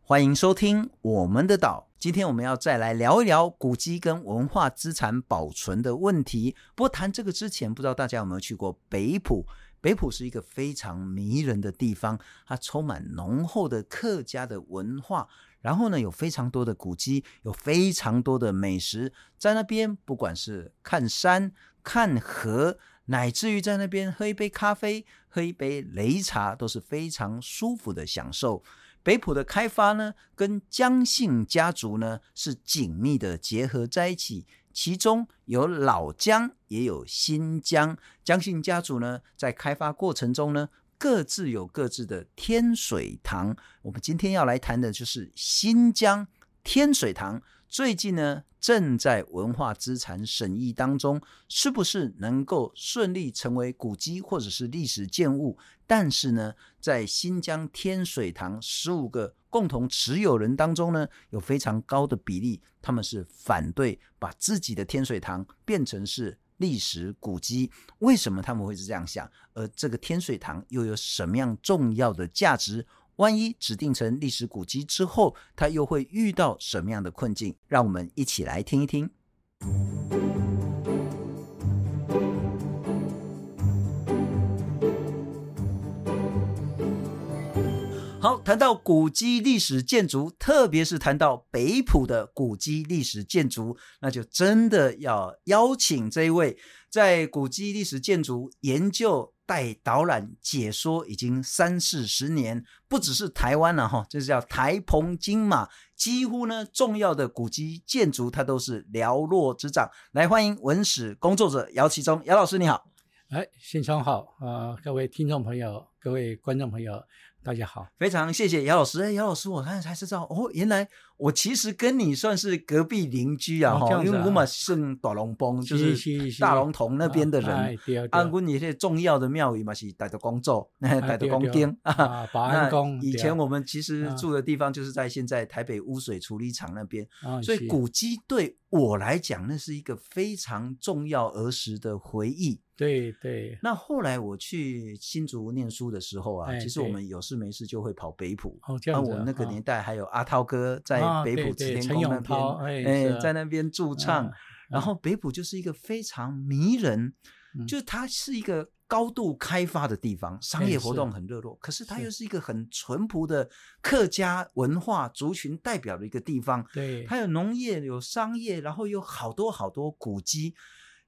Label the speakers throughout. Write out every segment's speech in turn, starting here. Speaker 1: 欢迎收听我们的岛。今天我们要再来聊一聊古迹跟文化资产保存的问题。不过谈这个之前，不知道大家有没有去过北浦？北浦是一个非常迷人的地方，它充满浓厚的客家的文化。然后呢，有非常多的古迹，有非常多的美食，在那边不管是看山、看河，乃至于在那边喝一杯咖啡、喝一杯擂茶，都是非常舒服的享受。北浦的开发呢，跟江姓家族呢是紧密的结合在一起，其中有老江，也有新江。江姓家族呢，在开发过程中呢，各自有各自的天水堂。我们今天要来谈的就是新疆天水堂，最近呢正在文化资产审议当中，是不是能够顺利成为古迹或者是历史建物？但是呢，在新疆天水堂十五个共同持有人当中呢，有非常高的比例，他们是反对把自己的天水堂变成是历史古迹。为什么他们会是这样想？而这个天水堂又有什么样重要的价值？万一指定成历史古迹之后，它又会遇到什么样的困境？让我们一起来听一听。好，谈到古迹历史建筑，特别是谈到北浦的古迹历史建筑，那就真的要邀请这一位在古迹历史建筑研究、带导览、解说已经三四十年，不只是台湾了、哈，这是叫台澎金马，几乎呢重要的古迹建筑它都是寥落指掌。来，欢迎文史工作者姚其中，姚老师你好。
Speaker 2: 哎，先生好，呃，各位听众朋友，各位观众朋友，大家好。
Speaker 1: 非常谢谢姚老师。哎，姚老师，我刚才才知道哦，原来我其实跟你算是隔壁邻居啊，
Speaker 2: 哦
Speaker 1: 哈、
Speaker 2: 这样子
Speaker 1: 因
Speaker 2: 啊
Speaker 1: 为我们是大龙帮，就是
Speaker 2: 是
Speaker 1: 是
Speaker 2: 是
Speaker 1: 大龙峒那边的
Speaker 2: 啊哎
Speaker 1: 人。
Speaker 2: 对对
Speaker 1: 啊，阮也是重要的庙宇嘛，是带着工作，带着
Speaker 2: 哎对
Speaker 1: 工
Speaker 2: 对
Speaker 1: 丁 啊。
Speaker 2: 啊，保
Speaker 1: 那
Speaker 2: 安宫。
Speaker 1: 以
Speaker 2: 对
Speaker 1: 前我们其实
Speaker 2: 啊
Speaker 1: 住的地方就是在现在台北污水处理厂那边，
Speaker 2: 啊
Speaker 1: 所以
Speaker 2: 是
Speaker 1: 古迹对我来讲，那是一个非常重要儿时的回忆。
Speaker 2: 对对
Speaker 1: 那后来我去新竹念书的时候啊，
Speaker 2: 哎
Speaker 1: 其实我
Speaker 2: 对
Speaker 1: 们有事没事就会跑北浦，
Speaker 2: 哦这
Speaker 1: 啊，
Speaker 2: 样子
Speaker 1: 我
Speaker 2: 啊
Speaker 1: 那个
Speaker 2: 啊
Speaker 1: 年代还有阿涛哥在
Speaker 2: 啊
Speaker 1: 北浦
Speaker 2: 对
Speaker 1: 慈
Speaker 2: 对
Speaker 1: 天
Speaker 2: 陈
Speaker 1: 宫
Speaker 2: 永
Speaker 1: 那边，
Speaker 2: 涛哎是啊
Speaker 1: 在那边驻唱。
Speaker 2: 啊
Speaker 1: 然后北浦就是一个非常迷人，
Speaker 2: 嗯
Speaker 1: 就是它是一个高度开发的地方，商业
Speaker 2: 哎
Speaker 1: 活
Speaker 2: 是
Speaker 1: 动很热络，可是它
Speaker 2: 是
Speaker 1: 又是一个很淳朴的客家文化族群代表的一个地方。
Speaker 2: 对，
Speaker 1: 它有农业，有商业，然后有好多好多古迹。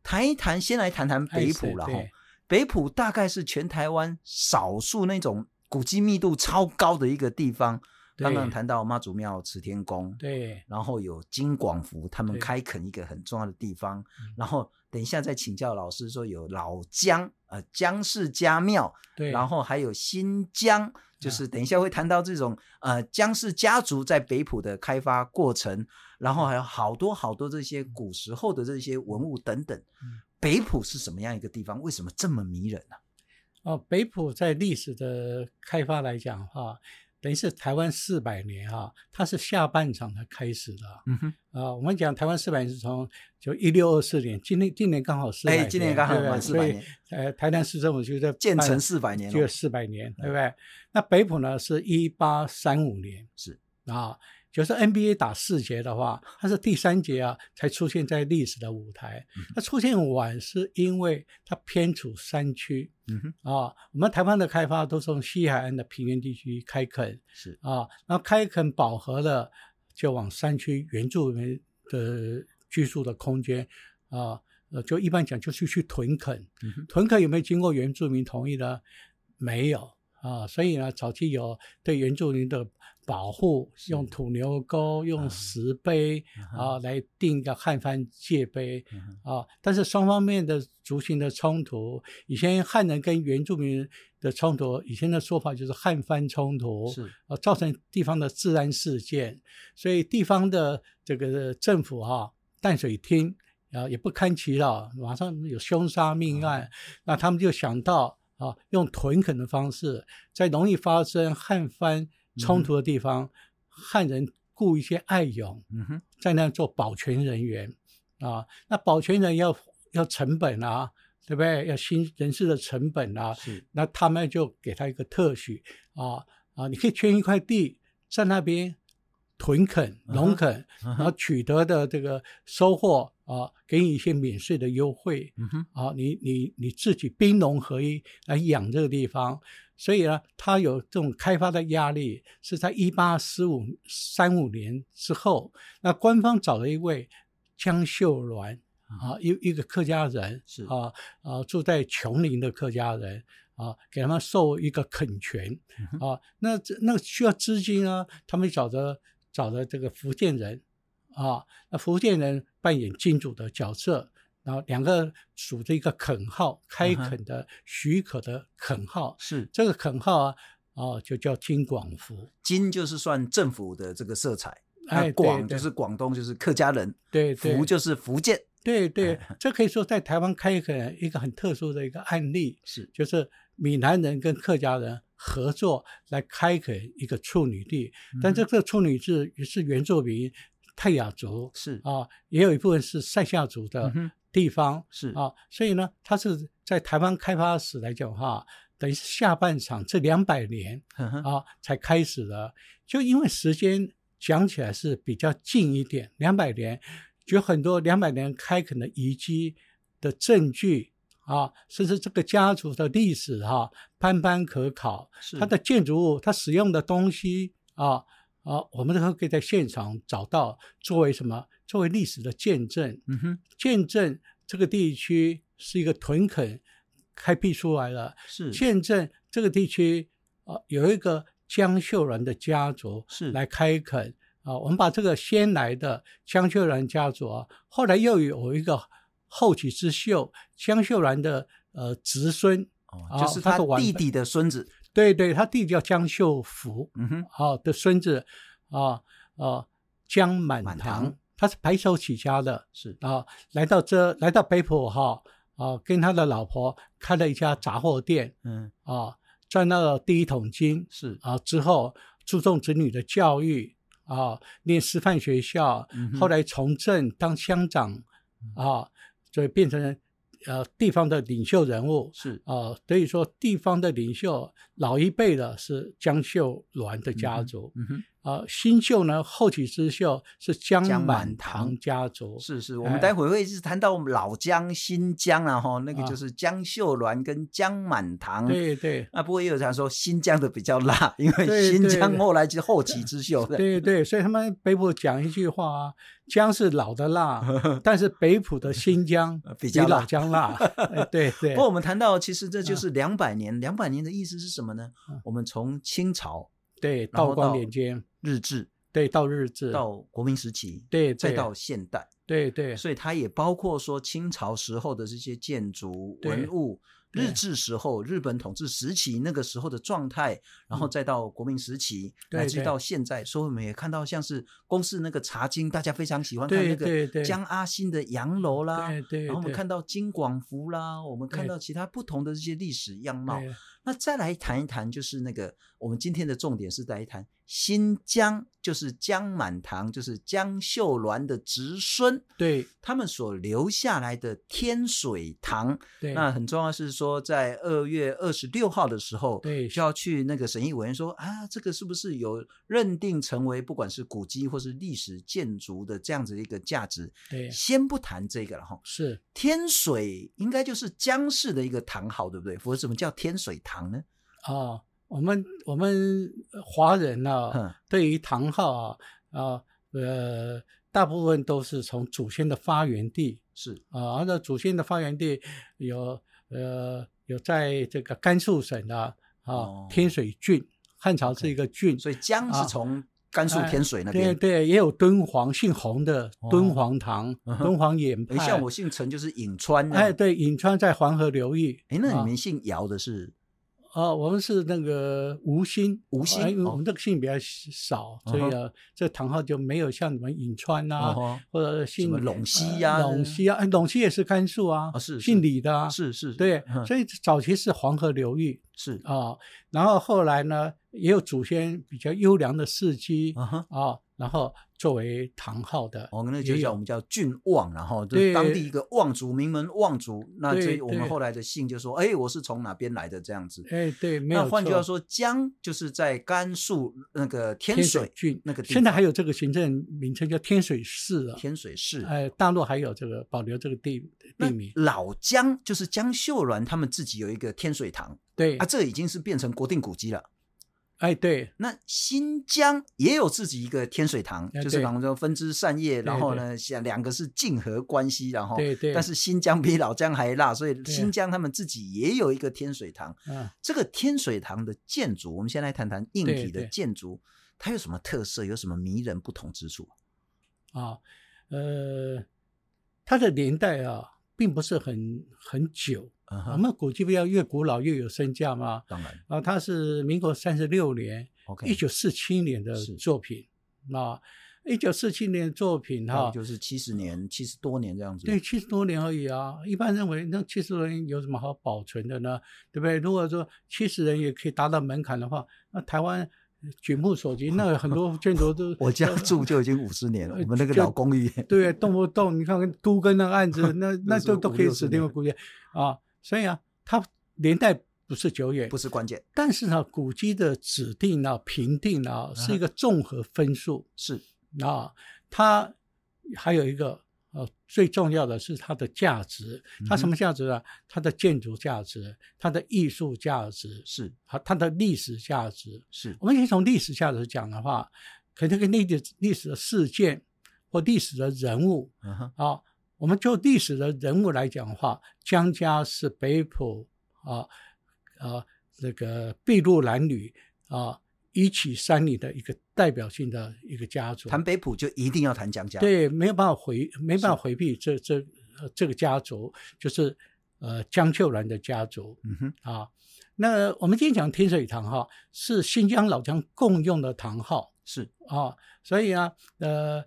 Speaker 1: 谈一谈，先来谈谈
Speaker 2: 哎
Speaker 1: 北
Speaker 2: 是
Speaker 1: 浦了哈。
Speaker 2: 对
Speaker 1: 北浦大概是全台湾少数那种古迹密度超高的一个地方。
Speaker 2: 对
Speaker 1: 刚刚谈到妈祖庙、慈天宫，
Speaker 2: 对
Speaker 1: 然后有金广福，他们
Speaker 2: 对嗯
Speaker 1: 开垦一个很重要的地方。然后等一下再请教老师说有老江，呃，江氏家庙，
Speaker 2: 对，嗯
Speaker 1: 然后还有新疆，就是等一下会谈到这种呃江氏家族在北浦的开发过程，然
Speaker 2: 嗯
Speaker 1: 后还有好多好多这些古时候的这些文物等等。
Speaker 2: 嗯
Speaker 1: 北浦是什么样一个地方？为什么这么迷人呢、啊
Speaker 2: 哦，北浦在历史的开发来讲的话，等于是台湾四百年啊，它是下半场才开始的啊。
Speaker 1: 嗯哼，
Speaker 2: 啊，我们讲台湾四百年是从就一六二四年，今年今年刚好四百
Speaker 1: 哎
Speaker 2: 年，
Speaker 1: 今年刚好
Speaker 2: 对不对
Speaker 1: 满400
Speaker 2: 所以
Speaker 1: 年
Speaker 2: 呃，台南市政府就在
Speaker 1: 建
Speaker 2: 办
Speaker 1: 成四百年
Speaker 2: 就有
Speaker 1: 了，嗯
Speaker 2: 四百年，对不对？那北浦呢是一八三五年，
Speaker 1: 是
Speaker 2: 啊，就是 NBA 打四节的话，它是第三节啊才出现在历史的舞台。
Speaker 1: 嗯
Speaker 2: 它出现晚是因为它偏处山区
Speaker 1: 嗯哼，
Speaker 2: 啊，我们台湾的开发都是从西海岸的平原地区开垦
Speaker 1: 是
Speaker 2: 啊，然后开垦饱和了，就往山区原住民的居住的空间啊。呃，就一般讲就是去屯垦，
Speaker 1: 嗯哼
Speaker 2: 屯垦有没有经过原住民同意呢？没有啊，所以呢，早期有对原住民的保护，
Speaker 1: 是
Speaker 2: 用土牛沟、
Speaker 1: 啊
Speaker 2: 用石碑
Speaker 1: 嗯哼
Speaker 2: 啊来定一个汉番界碑
Speaker 1: 嗯哼
Speaker 2: 啊，但是双方面的族群的冲突，以前汉人跟原住民的冲突，以前的说法就是汉番冲突，
Speaker 1: 是
Speaker 2: 啊，造成地方的治安事件，所以地方的这个政府哈、淡水厅啊也不堪其扰，马上有凶杀命案，那他们就想到啊，用屯垦的方式，在容易发生汉番冲突的地方，汉人雇一些爱勇
Speaker 1: 嗯哼，
Speaker 2: 在那做保全人员啊，那保全人要要成本啊，对不对？要新人事的成本啊，
Speaker 1: 是
Speaker 2: 那他们就给他一个特许啊啊，你可以圈一块地在那边屯垦、农垦，
Speaker 1: 然
Speaker 2: 然后取得的这个收获啊，给你一些免税的优惠
Speaker 1: 嗯哼，
Speaker 2: 啊，你你你自己兵农合一来养这个地方，所以呢，它有这种开发的压力，是在一八四五三五年之后，那官方找了一位江秀銮啊，一一个客家人
Speaker 1: 是
Speaker 2: 啊啊，住在琼林的客家人啊，给他们授一个垦权
Speaker 1: 嗯
Speaker 2: 啊，那这那需要资金呢，他们找的找的这个福建人啊，那福建人扮演金主的角色。然后两个组织一个垦号，开
Speaker 1: 嗯哼
Speaker 2: 垦的、许可的垦号，
Speaker 1: 是
Speaker 2: 这个垦号啊，哦，就叫金广福。
Speaker 1: 金就是算政府的这个色彩，那
Speaker 2: 哎，
Speaker 1: 啊广
Speaker 2: 对
Speaker 1: 就是广东，就是客家人，
Speaker 2: 对对
Speaker 1: 福就是福建，哎
Speaker 2: 对对，这可以说在台湾开垦一个很特殊的一个案例，
Speaker 1: 是
Speaker 2: 就是闽南人跟客家人合作来开垦一个处女地，但
Speaker 1: 嗯
Speaker 2: 这个处女地也是原住民泰雅族
Speaker 1: 是
Speaker 2: 啊，也有一部分是塞夏族
Speaker 1: 嗯
Speaker 2: 的
Speaker 1: 哼
Speaker 2: 地方，
Speaker 1: 是
Speaker 2: 啊，所以呢，它是在台湾开发史来讲的话，等于是下半场这两百年
Speaker 1: 嗯哼
Speaker 2: 啊才开始的。就因为时间讲起来是比较近一点，两百年，有很多两百年开垦的遗迹的证据啊，甚至这个家族的历史哈、斑斑可考。
Speaker 1: 是
Speaker 2: 它的建筑物，它使用的东西啊啊，我们都可以在现场找到，作为什么？作为历史的见证。
Speaker 1: 嗯哼
Speaker 2: 见证这个地区是一个屯垦开辟出来了，
Speaker 1: 是
Speaker 2: 见证这个地区啊、呃有一个江秀兰的家族
Speaker 1: 是
Speaker 2: 来开垦啊、我们把这个先来的江秀兰家族啊，后来又有一个后起之秀江秀兰的呃侄孙，
Speaker 1: 哦，
Speaker 2: 哦
Speaker 1: 就是
Speaker 2: 他
Speaker 1: 他
Speaker 2: 是晚
Speaker 1: 弟
Speaker 2: 辈
Speaker 1: 弟的孙子，
Speaker 2: 对对，他弟弟叫江秀福
Speaker 1: 嗯哼
Speaker 2: 啊、的孙子啊啊、呃江满
Speaker 1: 满
Speaker 2: 堂
Speaker 1: 堂，
Speaker 2: 他是白手起家的。
Speaker 1: 是
Speaker 2: 啊，来到这，来到北浦哈，啊，跟他的老婆开了一家杂货店
Speaker 1: 嗯
Speaker 2: 啊，赚到了第一桶金
Speaker 1: 是
Speaker 2: 啊，之后注重子女的教育啊，念师范学校
Speaker 1: 嗯哼，嗯
Speaker 2: 后来从政当乡长啊，所以变成呃地方的领袖人物
Speaker 1: 是
Speaker 2: 啊，所以说地方的领袖老一辈的是江秀銮的家族。
Speaker 1: 嗯哼。
Speaker 2: 啊，新秀呢，后起之秀是江
Speaker 1: 江满
Speaker 2: 满堂
Speaker 1: 堂
Speaker 2: 家族，
Speaker 1: 是是，我们
Speaker 2: 哎
Speaker 1: 待会会是谈到我们老江、新疆啊，哈，那个
Speaker 2: 啊
Speaker 1: 就是江秀銮跟江满堂。
Speaker 2: 对对，
Speaker 1: 啊，不过也有人说新疆的比较辣，因为
Speaker 2: 对
Speaker 1: 新
Speaker 2: 对
Speaker 1: 疆后来是后起之秀的。
Speaker 2: 对对，所以他们北浦讲一句话啊，姜是老 的辣，但是北浦的新疆
Speaker 1: 比较辣
Speaker 2: 老姜 辣。哎对对嗯
Speaker 1: 不过我们谈到，其实这就是两百年。两百年的意思是什么呢？我们从清朝、
Speaker 2: 对，
Speaker 1: 然后
Speaker 2: 道光
Speaker 1: 到
Speaker 2: 年间，
Speaker 1: 日治
Speaker 2: 对，到日治，
Speaker 1: 到国民时期，
Speaker 2: 对对
Speaker 1: 再到现代，
Speaker 2: 对对
Speaker 1: 所以它也包括说清朝时候的这些建筑
Speaker 2: 对
Speaker 1: 文物。
Speaker 2: 对
Speaker 1: 日治时候，日本统治时期那个时候的状态，然后再到国民时期，
Speaker 2: 嗯对
Speaker 1: 乃至
Speaker 2: 对
Speaker 1: 到现在，所以我们也看到像是公式那个茶经，大家非常喜欢看
Speaker 2: 对
Speaker 1: 那个
Speaker 2: 对对，
Speaker 1: 江阿新的洋楼啦，
Speaker 2: 对对，
Speaker 1: 然后我们
Speaker 2: 对
Speaker 1: 看到金广福啦，我们看
Speaker 2: 对
Speaker 1: 到其他不同的这些历史样貌。
Speaker 2: 对
Speaker 1: 那再来谈一谈，就是那个我们今天的重点是来谈新疆，就是江满堂，就是江秀銮的侄孙，
Speaker 2: 对
Speaker 1: 他们所留下来的天水堂。
Speaker 2: 对
Speaker 1: 那很重要是说，在二月二十六号的时候，
Speaker 2: 对
Speaker 1: 就要去那个审议委员说啊，这个是不是有认定成为不管是古迹或是历史建筑的这样子一个价值？
Speaker 2: 对
Speaker 1: 先不谈这个了哈。
Speaker 2: 是
Speaker 1: 天水应该就是江氏的一个堂号，对不对？否则怎么叫天水堂呢？
Speaker 2: 啊，我们我们华人呢，
Speaker 1: 哼，
Speaker 2: 对于唐号啊啊呃，大部分都是从祖先的发源地
Speaker 1: 是
Speaker 2: 啊，按照祖先的发源地有呃有在这个甘肃省的啊、
Speaker 1: 哦
Speaker 2: 天水郡，汉朝是一个郡，
Speaker 1: 所以江是从甘肃天水那
Speaker 2: 啊哎对
Speaker 1: 边。哦
Speaker 2: 对，也有敦煌姓洪的敦煌堂、
Speaker 1: 嗯哼
Speaker 2: 敦煌演派，
Speaker 1: 诶像我姓陈就是颍川啊。
Speaker 2: 哎啊对，颍川在黄河流域，
Speaker 1: 哎，那你们姓姚的是
Speaker 2: 哦，我们是那个吴姓，
Speaker 1: 吴姓
Speaker 2: 哎因为
Speaker 1: 哦
Speaker 2: 我们这个姓比较少，所以
Speaker 1: 嗯哼
Speaker 2: 呢，这唐号就没有像你们颍川呐、
Speaker 1: 哦吼
Speaker 2: 或者
Speaker 1: 什
Speaker 2: 姓
Speaker 1: 么陇西呀
Speaker 2: 呃陇西啊，哎陇西也是甘肃啊，
Speaker 1: 哦是是
Speaker 2: 姓李的啊，
Speaker 1: 是是，
Speaker 2: 对，
Speaker 1: 嗯
Speaker 2: 所以早期是黄河流域啊
Speaker 1: 是
Speaker 2: 啊、然后后来呢，也有祖先比较优良的事迹
Speaker 1: 啊哈
Speaker 2: 啊，然后作为唐号的，
Speaker 1: 我们那
Speaker 2: 也
Speaker 1: 就叫
Speaker 2: 有
Speaker 1: 我们叫郡望，然后就
Speaker 2: 对
Speaker 1: 是当地一个望族名门望族。那
Speaker 2: 对
Speaker 1: 这我们
Speaker 2: 对
Speaker 1: 后来的姓就说，哎，我是从哪边来的这样子。
Speaker 2: 哎，对，没有
Speaker 1: 那换句
Speaker 2: 错
Speaker 1: 话说，江就是在甘肃那个天
Speaker 2: 天
Speaker 1: 水
Speaker 2: 郡
Speaker 1: 那个地
Speaker 2: 现在
Speaker 1: 方
Speaker 2: 还有这个行政名称叫天水市啊，
Speaker 1: 天水市。
Speaker 2: 呃，大陆还有这个保留这个地
Speaker 1: 那
Speaker 2: 地名，
Speaker 1: 老姜就是江秀銮他们自己有一个天水堂
Speaker 2: 对
Speaker 1: 啊，，这已经是变成国定古迹了。
Speaker 2: 哎，对，
Speaker 1: 那新疆也有自己一个天水堂，
Speaker 2: 哎
Speaker 1: 就是
Speaker 2: 对
Speaker 1: 比方说分支善业，
Speaker 2: 对
Speaker 1: 然后呢，像两个是竞合关系，然后
Speaker 2: 对对，
Speaker 1: 哦但是新疆比老姜还辣，所以
Speaker 2: 对
Speaker 1: 新疆他们自己也有一个天水堂。
Speaker 2: 啊，
Speaker 1: 这个天水堂的建筑，我们先来谈谈硬体
Speaker 2: 对
Speaker 1: 的
Speaker 2: 对
Speaker 1: 建筑，它有什么特色，有什么迷人不同之处？
Speaker 2: 啊，呃，它的年代啊，并不是很很久。
Speaker 1: 嗯
Speaker 2: 我
Speaker 1: 哼，
Speaker 2: 们古迹不要越古老越有身价嘛。
Speaker 1: 当然
Speaker 2: 啊，它是民国三十六年，
Speaker 1: ，OK，
Speaker 2: 一九四七年的
Speaker 1: 是
Speaker 2: 作品啊，一九四七年的作品
Speaker 1: 那
Speaker 2: 哈、呃
Speaker 1: 就是七十年、七十多年这样子。
Speaker 2: 对，七十多年而已啊。一般认为那七十多年有什么好保存的呢？对不对？如果说七十人也可以达到门槛的话，那台湾举目所及，那很多建筑都
Speaker 1: 我家住就已经五十年了，
Speaker 2: 呃
Speaker 1: 我们那个
Speaker 2: 就
Speaker 1: 老公寓，
Speaker 2: 对，动不动你看看都跟那 个案子，那
Speaker 1: 那
Speaker 2: 那
Speaker 1: 时候
Speaker 2: 都都
Speaker 1: 五
Speaker 2: 可以
Speaker 1: 六十
Speaker 2: 指定为
Speaker 1: 年
Speaker 2: 古迹啊。所以啊，它年代不是久远
Speaker 1: 不，是关键，
Speaker 2: 但是呢，古迹的指定啊、评定啊，是一个综合分数
Speaker 1: 是
Speaker 2: 啊。它还有一个呃，最重要的是它的价值，它什么价值啊？它的建筑价值、它的艺术价值、啊
Speaker 1: 是
Speaker 2: 它它的历史价值。
Speaker 1: 是，
Speaker 2: 我们先从历史价值讲的话，可能跟历史历史的事件或历史的人物
Speaker 1: 嗯哼，
Speaker 2: 啊，我们就历史的人物来讲的话，江家是北浦啊啊这个筚路蓝缕啊一起三里的一个代表性的一个家族，
Speaker 1: 谈北浦就一定要谈江家，，
Speaker 2: 对没有办法回没办法回避这这、呃这个家族就是呃江秀兰的家族
Speaker 1: 嗯哼，
Speaker 2: 啊。那我们今天讲天水堂哈，是新疆老江共用的堂号，
Speaker 1: 是
Speaker 2: 啊，所以啊，呃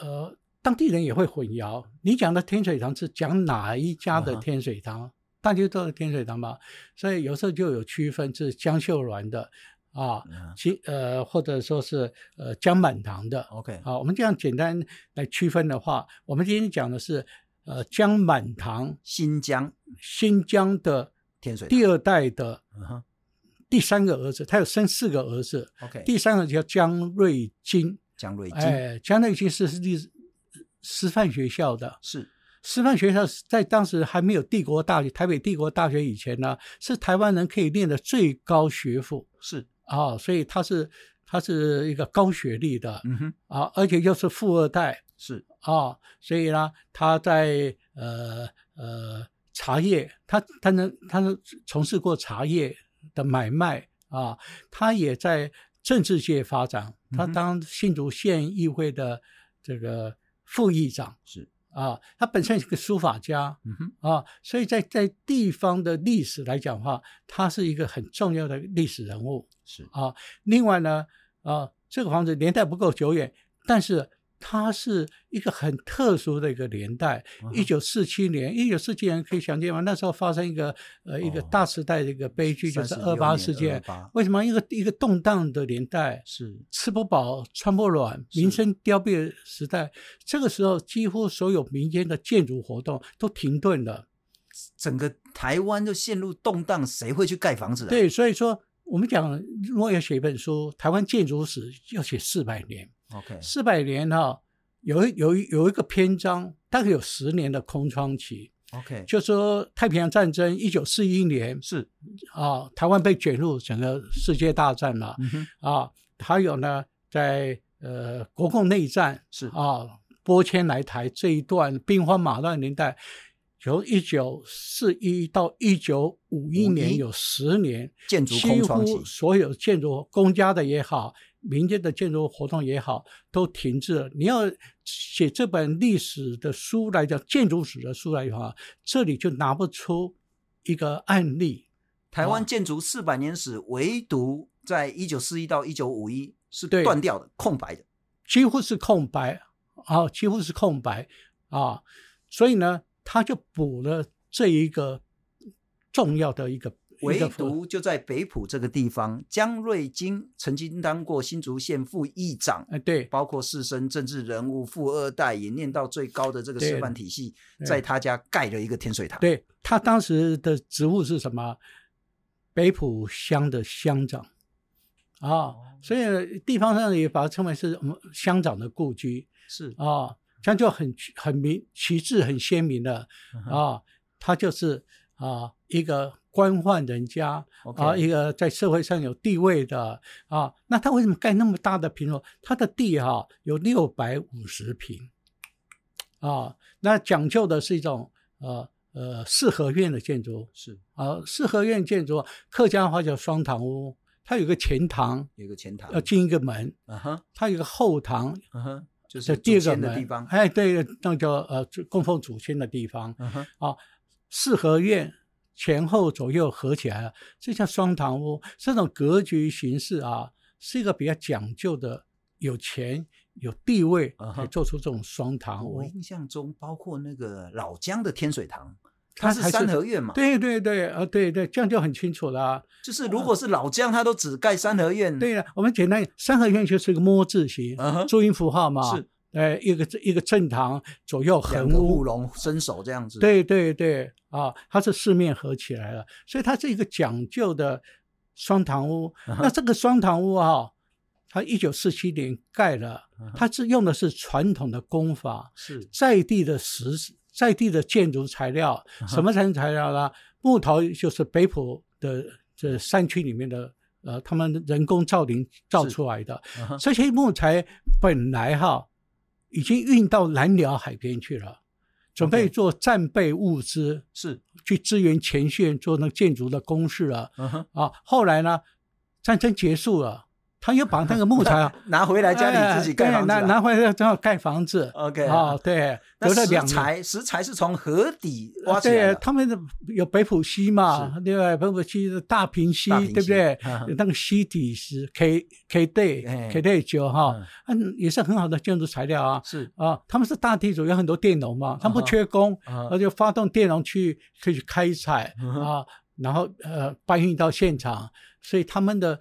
Speaker 2: 呃，当地人也会混淆。你讲的天水堂是讲哪一家的
Speaker 1: 啊哈
Speaker 2: 天水堂？大家都是天水堂嘛，所以有时候就有区分，是江秀銮的啊，
Speaker 1: 嗯
Speaker 2: 其呃或者说是呃江满堂的。
Speaker 1: ，OK，
Speaker 2: 啊，我们这样简单来区分的话，我们今天讲的是呃江满堂
Speaker 1: 新疆
Speaker 2: 新疆的
Speaker 1: 天水堂，
Speaker 2: 第二代的
Speaker 1: 嗯哼
Speaker 2: 第三个儿子，他有生四个儿子，
Speaker 1: ，OK，
Speaker 2: 第三个叫江瑞金。
Speaker 1: 江瑞金
Speaker 2: 哎，江南京是历史师范学校的，
Speaker 1: 是
Speaker 2: 师范学校是在当时还没有帝国大学、台北帝国大学以前呢，是台湾人可以念的最高学府
Speaker 1: 是，
Speaker 2: 啊、所以他是他是一个高学历的
Speaker 1: 嗯哼，
Speaker 2: 啊、而且又是富二代
Speaker 1: 是
Speaker 2: 啊、所以呢，他在呃呃茶叶，他他能他能从事过茶叶的买卖啊，他也在政治界发展，他
Speaker 1: 嗯哼
Speaker 2: 当新竹县议会的这个副议长
Speaker 1: 是，
Speaker 2: 啊，他本身是个书法家
Speaker 1: 嗯哼，
Speaker 2: 啊，所以在在地方的历史来讲的话，他是一个很重要的历史人物。
Speaker 1: 是嗯
Speaker 2: 啊。另外呢，啊，这个房子年代不够久远，但是它是一个很特殊的一个年代
Speaker 1: 嗯，哼
Speaker 2: 一九四七年，一九四七年可以想见吗？那时候发生一个呃一个
Speaker 1: 哦
Speaker 2: 大时代的一个悲剧，就是
Speaker 1: 36
Speaker 2: 二八
Speaker 1: 年
Speaker 2: 事件。
Speaker 1: 28
Speaker 2: 为什么一个一个动荡的年代？
Speaker 1: 是
Speaker 2: 吃不饱，穿不暖，
Speaker 1: 是
Speaker 2: 民生凋敝的时代，这个时候几乎所有民间的建筑活动都停顿了。
Speaker 1: 整个台湾就陷入动荡，谁会去盖房子啊？，
Speaker 2: 对，所以说我们讲，如果要写一本书《台湾建筑史》，要写四百年。
Speaker 1: ，OK，
Speaker 2: 四百年哈、有一有一有一个篇章，大概有十年的空窗期，
Speaker 1: OK，
Speaker 2: 就说太平洋战争一九四一年
Speaker 1: 是，
Speaker 2: 啊，台湾被卷入整个世界大战了
Speaker 1: 嗯哼，
Speaker 2: 啊，还有呢，在呃国共内战
Speaker 1: 是
Speaker 2: 啊，拨迁来台这一段兵荒马乱的年代。由一九四一到一九五一
Speaker 1: 51
Speaker 2: 年有十年，
Speaker 1: 建筑
Speaker 2: 几
Speaker 1: 空窗期
Speaker 2: 乎，所有建筑公家的也好，民间的建筑活动也好，都停滞了。你要写这本历史的书来讲，建筑史的书来讲啊，这里就拿不出一个案例。
Speaker 1: 台湾
Speaker 2: 啊
Speaker 1: 建筑四百年史，唯独在一九四一到一九五一是
Speaker 2: 对
Speaker 1: 断掉的、空白的。
Speaker 2: 几乎是空白啊，几乎是空白啊，所以呢，他就补了这一个重要的一个
Speaker 1: 唯
Speaker 2: 一个府
Speaker 1: 独就在北浦这个地方，江瑞金曾经当过新竹县副议长，
Speaker 2: 哎，对，
Speaker 1: 包括士绅、政治人物、富二代，也念到最高的这个
Speaker 2: 对
Speaker 1: 师范体系，
Speaker 2: 对
Speaker 1: 在他家盖了一个天水堂。
Speaker 2: 对他当时的职务是什么？北浦乡的乡长啊、所以地方上也把它称为是我们乡长的故居
Speaker 1: 是
Speaker 2: 啊、这样就很很明旗帜很鲜明的
Speaker 1: 嗯
Speaker 2: 啊、
Speaker 1: 哼
Speaker 2: 他就是啊、一个官宦人家
Speaker 1: ，OK，
Speaker 2: 啊、一个在社会上有地位的啊、那他为什么盖那么大的平楼？他的地哈、有六百五十平啊、那讲究的是一种呃呃四合院的建筑
Speaker 1: 是
Speaker 2: 啊、四合院建筑客家话叫双堂屋，它有个前堂
Speaker 1: 有一个前堂，
Speaker 2: 要进一个门，
Speaker 1: 嗯哼，
Speaker 2: 它有个后堂
Speaker 1: 嗯哼，就是
Speaker 2: 的第二
Speaker 1: 祖
Speaker 2: 个
Speaker 1: 先
Speaker 2: 门
Speaker 1: 的地方。
Speaker 2: 哎，对，那叫呃就供奉祖先的地方。
Speaker 1: 嗯哼，
Speaker 2: 四合院前后左右合起来了，啊这叫双堂屋。这种格局形式啊，是一个比较讲究的，有钱有地位
Speaker 1: 啊哈哦
Speaker 2: 才做出这种双堂屋
Speaker 1: 我。印象中包括那个老江的天水堂，它
Speaker 2: 它
Speaker 1: 是
Speaker 2: 还是
Speaker 1: 三合院嘛，
Speaker 2: 对对对，啊对对，这样就很清楚了啊。
Speaker 1: 就是如果是老江，它都只盖三合院。
Speaker 2: 对了，我们简单，三合院就是个摸字形，
Speaker 1: 嗯哼，
Speaker 2: 注音符号嘛，
Speaker 1: 是，
Speaker 2: 呃，一个一个正堂左右
Speaker 1: 两
Speaker 2: 横
Speaker 1: 个
Speaker 2: 屋
Speaker 1: 护，龙伸手这样子。，
Speaker 2: 对对对，啊，它是四面合起来了，所以它是一个讲究的双堂屋。
Speaker 1: 嗯哼
Speaker 2: 那这个双堂屋啊，它一九四七年盖了，它是用的是传统的工法，
Speaker 1: 是
Speaker 2: 在地的石，在地的建筑材料，
Speaker 1: 嗯
Speaker 2: 什么材料呢？木头就是北浦的这山区里面的。呃，他们人工造林造
Speaker 1: 是
Speaker 2: 出来的
Speaker 1: 嗯哼
Speaker 2: 这些木材，本来哈已经运到南寮海边去了，准
Speaker 1: OK
Speaker 2: 备做战备物资，
Speaker 1: 是，
Speaker 2: 去支援前线做那个建筑的工事了
Speaker 1: 嗯哼，
Speaker 2: 啊。后来呢，战争结束了，他又把那个木材 啊
Speaker 1: 拿回来家里自己盖房子
Speaker 2: 哎 对
Speaker 1: 啊。
Speaker 2: 拿拿回来正好盖房子
Speaker 1: OK
Speaker 2: 啊，对，
Speaker 1: 那
Speaker 2: 隔了
Speaker 1: 食
Speaker 2: 两年。啊
Speaker 1: 材食材是从河底挖起来
Speaker 2: 对
Speaker 1: 的，
Speaker 2: 他们的有北浦溪嘛，另外北浦溪的大坪溪
Speaker 1: 大坪，溪
Speaker 2: 对不对
Speaker 1: 嗯哼？
Speaker 2: 有那个溪底石 K K
Speaker 1: 哎
Speaker 2: day K day 酒哈，嗯，也是很好的建筑材料啊。
Speaker 1: 是
Speaker 2: 啊，他们是大地主，有很多佃农嘛，他们
Speaker 1: 啊哈
Speaker 2: 不缺工，
Speaker 1: 啊
Speaker 2: 那就发动佃农去可以去开采
Speaker 1: 嗯哼
Speaker 2: 啊，然后呃搬运到现场，所以他们的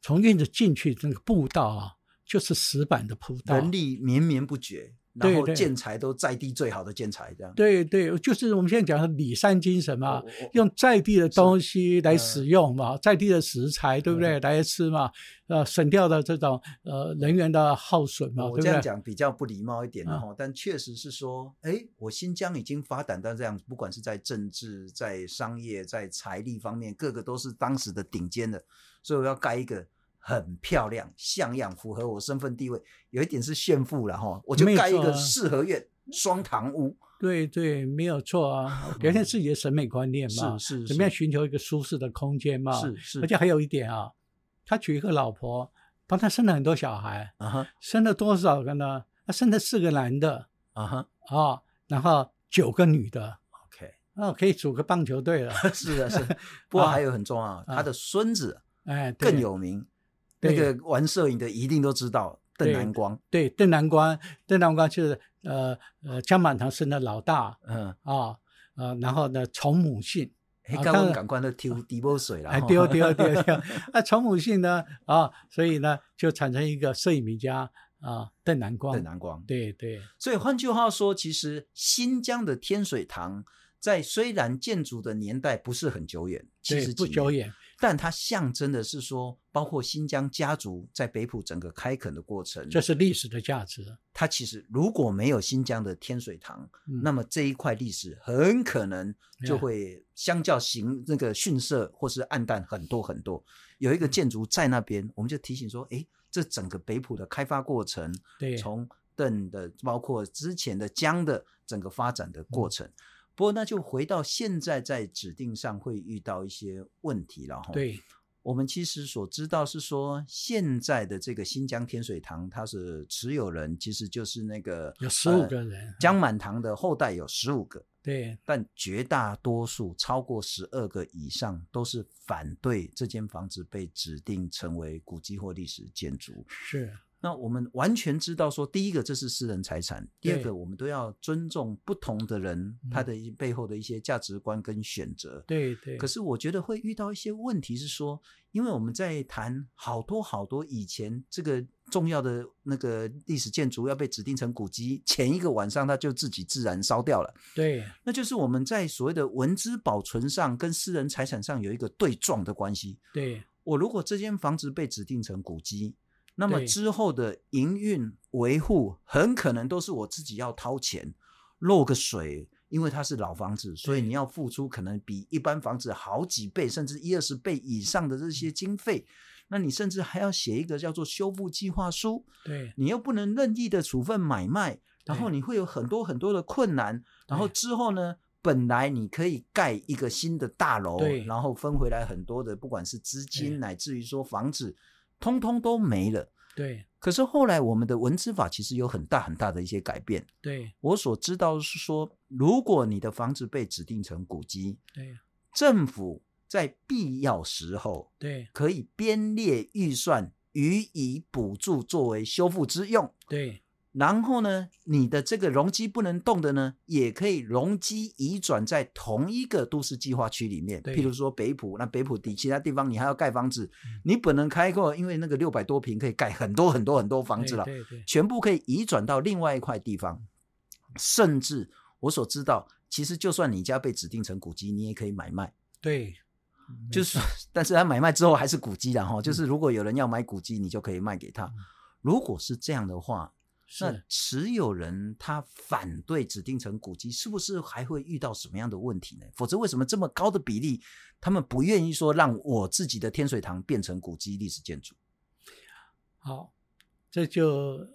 Speaker 2: 从院子进去那个步道啊，就是石板的铺道，
Speaker 1: 人力绵绵不绝，然
Speaker 2: 对
Speaker 1: 后
Speaker 2: 对
Speaker 1: 建材都在地最好的建材这样。
Speaker 2: 对对，就是我们现在讲的里山精神
Speaker 1: 我，我
Speaker 2: 嘛，啊用在地的东西
Speaker 1: 嗯
Speaker 2: 来使用嘛，在地的食材对不对？来吃嘛，呃，省掉的这种呃人员的耗损嘛，
Speaker 1: 哦我这
Speaker 2: 对不
Speaker 1: 样
Speaker 2: 对？
Speaker 1: 讲比较不礼貌一点
Speaker 2: 啊
Speaker 1: 哈，但确实是说，哎，我新疆已经发展到这样，不管是在政治、在商业、在财力方面，各个都是当时的顶尖的，所以我要盖一个很漂亮、像样、符合我身份地位。有一点是炫富了哈，我就
Speaker 2: 没有
Speaker 1: 盖一
Speaker 2: 错
Speaker 1: 个
Speaker 2: 啊
Speaker 1: 四合院、双堂屋，
Speaker 2: 对对，没有错啊， 表现自己的审美观念嘛，
Speaker 1: 是
Speaker 2: 怎么样寻求一个舒适的空间嘛？
Speaker 1: 是是，
Speaker 2: 而且还有一点啊，他娶一个老婆，帮他生了很多小孩，
Speaker 1: 啊哈
Speaker 2: 生了多少个呢？他生了四个男的
Speaker 1: 啊哈
Speaker 2: 啊、然后九个女的，
Speaker 1: ，OK。
Speaker 2: 那、可以组个棒球队了。
Speaker 1: 是 啊，是啊。不过还有很重要啊，他的孙子
Speaker 2: 哎，对
Speaker 1: 更有名，那
Speaker 2: 对
Speaker 1: 个玩摄影的一定都知道邓
Speaker 2: 对
Speaker 1: 南光。
Speaker 2: 对邓南光，邓南光是呃呃江满堂生的老大
Speaker 1: 嗯，
Speaker 2: 啊、呃，然后呢从母姓，
Speaker 1: 哎，
Speaker 2: 啊
Speaker 1: 该问
Speaker 2: 当然
Speaker 1: 赶快都丢滴波水了。
Speaker 2: 哎
Speaker 1: 哈
Speaker 2: 丢丢丢丢， 啊从母姓呢啊、所以呢就产生一个摄影名家啊、邓南光，
Speaker 1: 邓南光。
Speaker 2: 对对
Speaker 1: 所以换句话说，其实新疆的天水堂在虽然建筑的年代不是很久远，七
Speaker 2: 对
Speaker 1: 十
Speaker 2: 不
Speaker 1: 几
Speaker 2: 久
Speaker 1: 年，嗯
Speaker 2: 远，
Speaker 1: 但它象征的是说，包括新疆家族在北浦整个开垦的过程，
Speaker 2: 这是历史的价值。
Speaker 1: 它其实如果没有新疆的天水堂，
Speaker 2: 嗯哎
Speaker 1: 那么这一块历史很可能就
Speaker 2: Yeah
Speaker 1: 会相较形那个逊色或是暗淡很多很多。有
Speaker 2: 嗯
Speaker 1: 一个建筑在那边，我们就提醒说，诶，这整个北浦的开发过程，
Speaker 2: 对
Speaker 1: 从邓的，包括之前的江的整个发展的
Speaker 2: 嗯
Speaker 1: 过程。不过那就回到现在，在指定上会遇到一些问题了哈。。
Speaker 2: 对
Speaker 1: 我们其实所知道是说，现在的这个新疆天水堂，它是持有人其实就是那个
Speaker 2: 有15
Speaker 1: 呃
Speaker 2: 个嗯人
Speaker 1: 江满堂的后代有十五个，
Speaker 2: 对
Speaker 1: 但绝大多数超过十二个以上都是反对这间房子被指定成为古迹或历史建筑。
Speaker 2: 是
Speaker 1: 那我们完全知道说，第一个这是私人财产，第二
Speaker 2: 对
Speaker 1: 个我们都要尊重不同的人
Speaker 2: 嗯
Speaker 1: 他的一背后的一些价值观跟选择。
Speaker 2: 对对，
Speaker 1: 可
Speaker 2: 是
Speaker 1: 是我觉得会遇到一些问题是说，因为我们在谈好多好多以前这个重要的那个历史建筑要被指定成古迹，前一个晚上它就自己自然烧掉了，
Speaker 2: 对
Speaker 1: 那就是我们在所谓的文资保存上跟私人财产上有一个对撞的关系。
Speaker 2: 对
Speaker 1: 我如果这间房子被指定成古迹，那么
Speaker 2: 对
Speaker 1: 之后的营运维护很可能都是我自己要掏钱，漏个水，因为它是老房子，所以你要付出可能比一般房子好几倍，甚至一二十倍以上的这些经费。那你甚至还要写一个叫做修复计划书，
Speaker 2: 对
Speaker 1: 你又不能任意的处分买卖，然后你会有很多很多的困难。然后之后呢，本来你可以盖一个新的大楼
Speaker 2: 对，
Speaker 1: 然后分回来很多的，不管是资
Speaker 2: 对
Speaker 1: 金乃至于说房子，通通都没了。
Speaker 2: 对
Speaker 1: 可是后来我们的文资法其实有很大很大的一些改变。
Speaker 2: 对
Speaker 1: 我所知道是说，如果你的房子被指定成古迹，
Speaker 2: 对
Speaker 1: 政府在必要时候
Speaker 2: 对
Speaker 1: 可以编列预算予以补助，作为修复之用。
Speaker 2: 对
Speaker 1: 然后呢，你的这个容积不能动的呢，也可以容积移转在同一个都市计划区里面。
Speaker 2: 对
Speaker 1: 譬如说北浦，那北浦底其他地方你还要盖房子，
Speaker 2: 嗯
Speaker 1: 你本能开阔，因为那个六百多平可以盖很多很多很多房子了，
Speaker 2: 对对
Speaker 1: 全部可以移转到另外一块地方。甚至我所知道，其实就算你家被指定成古迹，你也可以买卖。
Speaker 2: 对，
Speaker 1: 就是， 但是他买卖之后还是古迹的哈。就是如果有人要买古迹，你就可以卖给他
Speaker 2: 嗯。
Speaker 1: 如果是这样的话，那
Speaker 2: 是
Speaker 1: 持有人他反对指定成古迹，是不是还会遇到什么样的问题呢？否则为什么这么高的比例，他们不愿意说让我自己的天水堂变成古迹历史建筑？
Speaker 2: 好，这就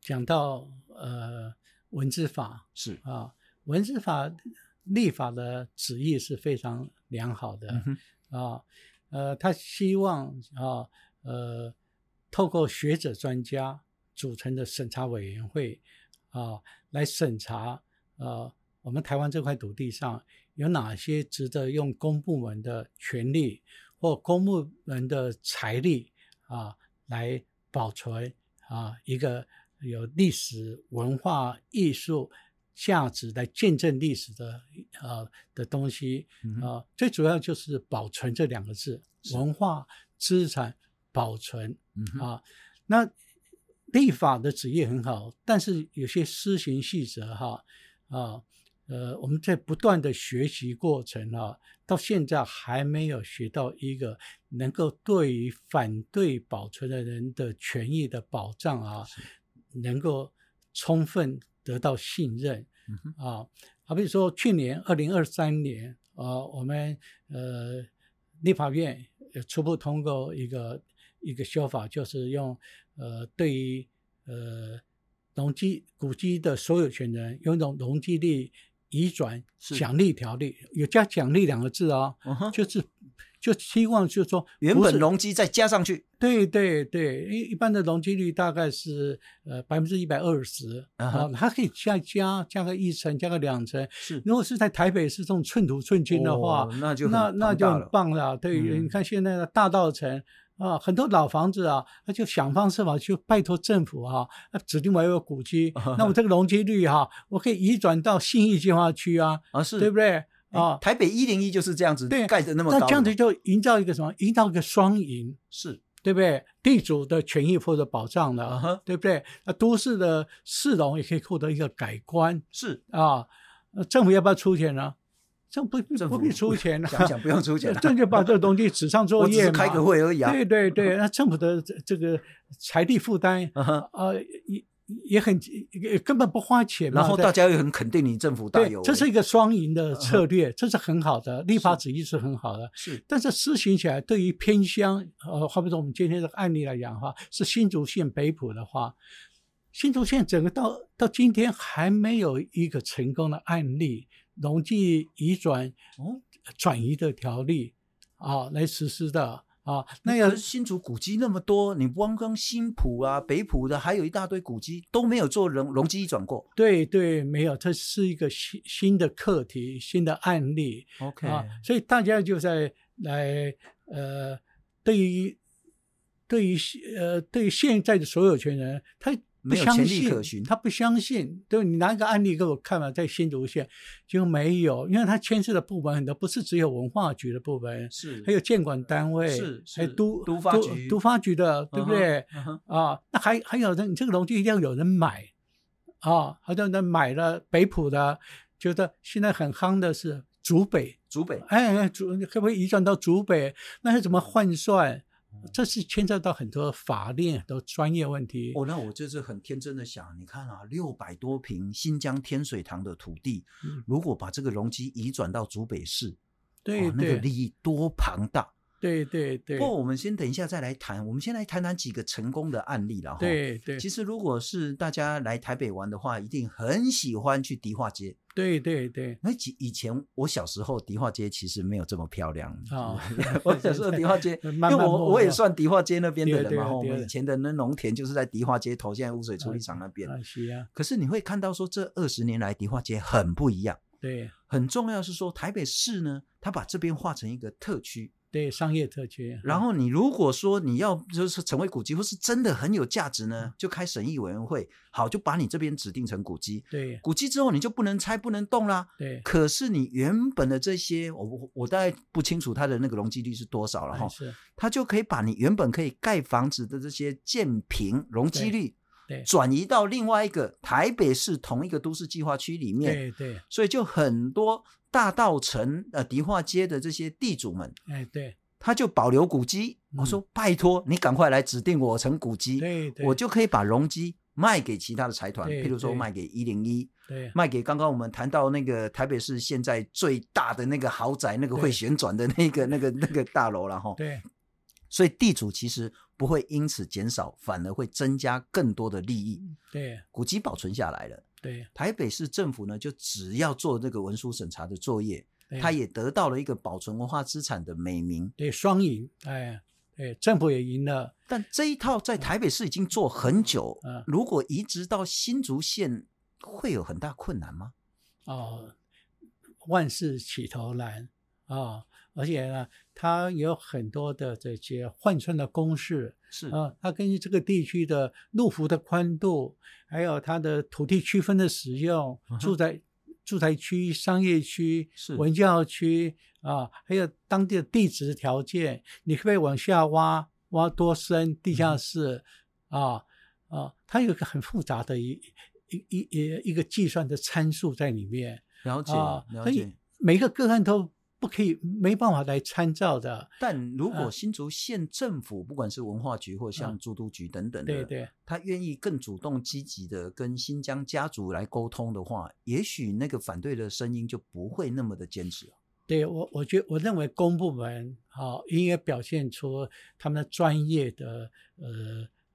Speaker 2: 讲到呃文字法
Speaker 1: 是，
Speaker 2: 啊，文字法立法的旨意是非常良好的。
Speaker 1: 嗯哼，
Speaker 2: 啊，呃，他希望啊，呃，透过学者专家组成的审查委员会啊，来审查呃，我们台湾这块土地上有哪些值得用公部门的权利或公部门的财力啊来保存啊一个有历史文化艺术。价值来见证历史的呃的东西，
Speaker 1: 嗯哼
Speaker 2: 啊、最主要就是保存这两个字，
Speaker 1: 是
Speaker 2: 文化资产保存
Speaker 1: 嗯哼，
Speaker 2: 啊。那立法的旨意很好，但是有些施行细则哈啊呃，我们在不断的学习过程啊，到现在还没有学到一个能够对于反对保存的人的权益的保障啊，能够充分得到信任。
Speaker 1: 嗯哼，
Speaker 2: 啊，好比说去年二零二三年，呃，我们呃立法院呃初步通过一个一个修法，就是用呃对于呃农机古迹的所有权人有一种容积率移转
Speaker 1: 是
Speaker 2: 奖励条例，有加奖励两个字啊、
Speaker 1: 嗯哼
Speaker 2: 就是就希望就是说
Speaker 1: 原
Speaker 2: 不
Speaker 1: 本
Speaker 2: 是
Speaker 1: 容积再加上去，
Speaker 2: 对对对，一一般的容积率大概是呃百分之一百二十
Speaker 1: 啊哈
Speaker 2: 啊，它可以再加加个一层，加个两层。
Speaker 1: 是
Speaker 2: 如果是在台北市这种寸土寸金的话，
Speaker 1: 哦那就很
Speaker 2: 那那
Speaker 1: 庞
Speaker 2: 就
Speaker 1: 大
Speaker 2: 很
Speaker 1: 了。
Speaker 2: 棒了。对，
Speaker 1: 嗯，
Speaker 2: 你看现在的大道城啊，很多老房子啊，他就想方设法去拜托政府啊，啊指定为我古迹那我这个容积率哈、我可以移转到信义计划区啊，
Speaker 1: 啊，是
Speaker 2: 对不对？
Speaker 1: 哎
Speaker 2: 啊，
Speaker 1: 台北一零一就是这样子
Speaker 2: 对啊
Speaker 1: 盖的那么
Speaker 2: 那
Speaker 1: 高，
Speaker 2: 这样子就营造一个什么？营造一个双赢。
Speaker 1: 是
Speaker 2: 对不对？地主的权益获得保障了，
Speaker 1: 啊哈
Speaker 2: 对不对？那都市的市容也可以获得一个改观
Speaker 1: 是，
Speaker 2: 啊。那政府要不要出钱呢？政府不
Speaker 1: 政
Speaker 2: 不
Speaker 1: 府
Speaker 2: 必出钱了，
Speaker 1: 想想不用出钱了
Speaker 2: 政府把这个东西纸上作
Speaker 1: 我只
Speaker 2: 业
Speaker 1: 是
Speaker 2: 嘛
Speaker 1: 开个会而已啊。
Speaker 2: 对对对，那政府的这这个财力负担
Speaker 1: 嗯哼
Speaker 2: 啊、也也很也根本不花钱嘛，
Speaker 1: 然后
Speaker 2: 对
Speaker 1: 大家又很肯定你政府大
Speaker 2: 对
Speaker 1: 有，为，呃
Speaker 2: 这是一个双赢的策略，这是很好的，立法旨意是很好的。
Speaker 1: 是
Speaker 2: 但是施行起来，对于偏乡，呃，好比说我们今天这个案例来讲的话，是新竹县北埔的话，新竹县整个到到今天还没有一个成功的案例，农地移转
Speaker 1: 哦，
Speaker 2: 转移的条例啊来实施的啊，那
Speaker 1: 可
Speaker 2: 要
Speaker 1: 是新竹古迹那么多，你光光新浦啊、北浦的，还有一大堆古迹都没有做容容积移转过。
Speaker 2: 对对，没有，这是一个新新的课题，新的案例。啊
Speaker 1: OK，
Speaker 2: 啊，所以大家就在来呃，对于对于呃对于现在的所有权人，他不
Speaker 1: 没有
Speaker 2: 相
Speaker 1: 潜力
Speaker 2: 信，
Speaker 1: 可循
Speaker 2: 他不相信。对，你拿一个案例给我看嘛，在新竹县就没有，因为它牵涉的部门很多，不是只有文化局的部门，
Speaker 1: 是嗯
Speaker 2: 还有监管单位，
Speaker 1: 是
Speaker 2: 还有
Speaker 1: 是
Speaker 2: 都
Speaker 1: 都发局
Speaker 2: 都发局的，对不对？
Speaker 1: 嗯哼
Speaker 2: 啊，那还还有呢，你这个农具一定要有人买啊，好像人买了北浦的，觉得现在很夯的是竹北，
Speaker 1: 竹北
Speaker 2: 哎，哎竹可不可以移转到竹北？那是怎么换算？
Speaker 1: 嗯
Speaker 2: 这是牵涉到很多法令、很多专业问题。
Speaker 1: 哦，那我这次很天真的想，你看啊，六百多平新疆天水堂的土地，
Speaker 2: 嗯
Speaker 1: 如果把这个容积移转到竹北市，
Speaker 2: 对
Speaker 1: 哇哦那个
Speaker 2: 对
Speaker 1: 利益多庞大。
Speaker 2: 对对
Speaker 1: 不
Speaker 2: 对
Speaker 1: 过我们先等一下再来谈，我们先来谈谈几个成功的案例了哈。，
Speaker 2: 对对
Speaker 1: 其实如果是大家来台北玩的话，一定很喜欢去迪化街。
Speaker 2: 对对对
Speaker 1: 那以以前我小时候迪化街其实没有这么漂亮
Speaker 2: 啊
Speaker 1: 我小时候迪化街，因
Speaker 2: 慢慢
Speaker 1: 为我
Speaker 2: 摸
Speaker 1: 我也
Speaker 2: 摸
Speaker 1: 算迪化街那边的人
Speaker 2: 对
Speaker 1: 嘛，
Speaker 2: 啊对啊
Speaker 1: 吼我
Speaker 2: 对啊
Speaker 1: 们以前的那农田就是在迪化街头，现在污水处理厂那边。
Speaker 2: 啊，是啊，
Speaker 1: 可是你会看到说，这二十年来迪化街很不一样。
Speaker 2: 对
Speaker 1: 很重要是说，台北市呢，它把这边划成一个特区。
Speaker 2: 对，商业特区。
Speaker 1: 然后你如果说你要就是成为古迹，或是真的很有价值
Speaker 2: 嗯
Speaker 1: 呢，就开审议委员会，好，就把你这边指定成古迹。
Speaker 2: 对
Speaker 1: 古迹之后你就不能拆不能动啦。
Speaker 2: 对，
Speaker 1: 可是你原本的这些，我我我大概不清楚它的那个容积率是多少了哈
Speaker 2: 还，哎是
Speaker 1: 它就可以把你原本可以盖房子的这些建平容积率
Speaker 2: 对
Speaker 1: 转移到另外一个台北市同一个都市计划区里面，
Speaker 2: 对对，
Speaker 1: 所以就很多大道城呃迪化街的这些地主们，
Speaker 2: 哎对
Speaker 1: 他就保留古迹。我说拜托你赶快来指定我成古迹，
Speaker 2: 嗯对对，
Speaker 1: 我就可以把容积卖给其他的财团，
Speaker 2: 对
Speaker 1: 譬如说
Speaker 2: 对
Speaker 1: 卖给一零一，
Speaker 2: 对
Speaker 1: 卖给刚刚我们谈到那个台北市现在最大的那个豪宅，那个
Speaker 2: 对
Speaker 1: 会旋转的那个那 个那个大楼了哈。
Speaker 2: 对
Speaker 1: 所以地主其实不会因此减少，反而会增加更多的利益。
Speaker 2: 嗯对
Speaker 1: 古迹保存下来了，
Speaker 2: 对
Speaker 1: 台北市政府呢就只要做这个文书审查的作业，
Speaker 2: 对，
Speaker 1: 它也得到了一个保存文化资产的美名。
Speaker 2: 对双赢，哎对，政府也赢了，
Speaker 1: 但这一套在台北市已经做很久
Speaker 2: 嗯，
Speaker 1: 如果移植到新竹县，会有很大困难吗？
Speaker 2: 哦，万事起头难啊、而且呢，它有很多的这些换算的公式
Speaker 1: 是
Speaker 2: 啊、它根据这个地区的路幅的宽度，还有它的土地区分的使用
Speaker 1: 嗯哼，
Speaker 2: 住宅住宅区、商业区
Speaker 1: 是、
Speaker 2: 文教区啊、还有当地的地质条件，你可不可以往下挖，挖多深，地
Speaker 1: 嗯
Speaker 2: 下室啊、啊，它有一个很复杂的一一一一一个计算的参数在里面
Speaker 1: 了解
Speaker 2: 啊，
Speaker 1: 了
Speaker 2: 所以
Speaker 1: 解。
Speaker 2: 每个个案都不可以没办法来参照的，
Speaker 1: 但如果
Speaker 2: 啊
Speaker 1: 新竹县政府，不管是文化局或像
Speaker 2: 嗯
Speaker 1: 住都局等等
Speaker 2: 对
Speaker 1: 的，
Speaker 2: 对
Speaker 1: 他愿意更主动积极的跟新疆家族来沟通的话，也许那个反对的声音就不会那么的坚持了。
Speaker 2: 对，我我觉我认为公部门啊，应该表现出他们的专业的呃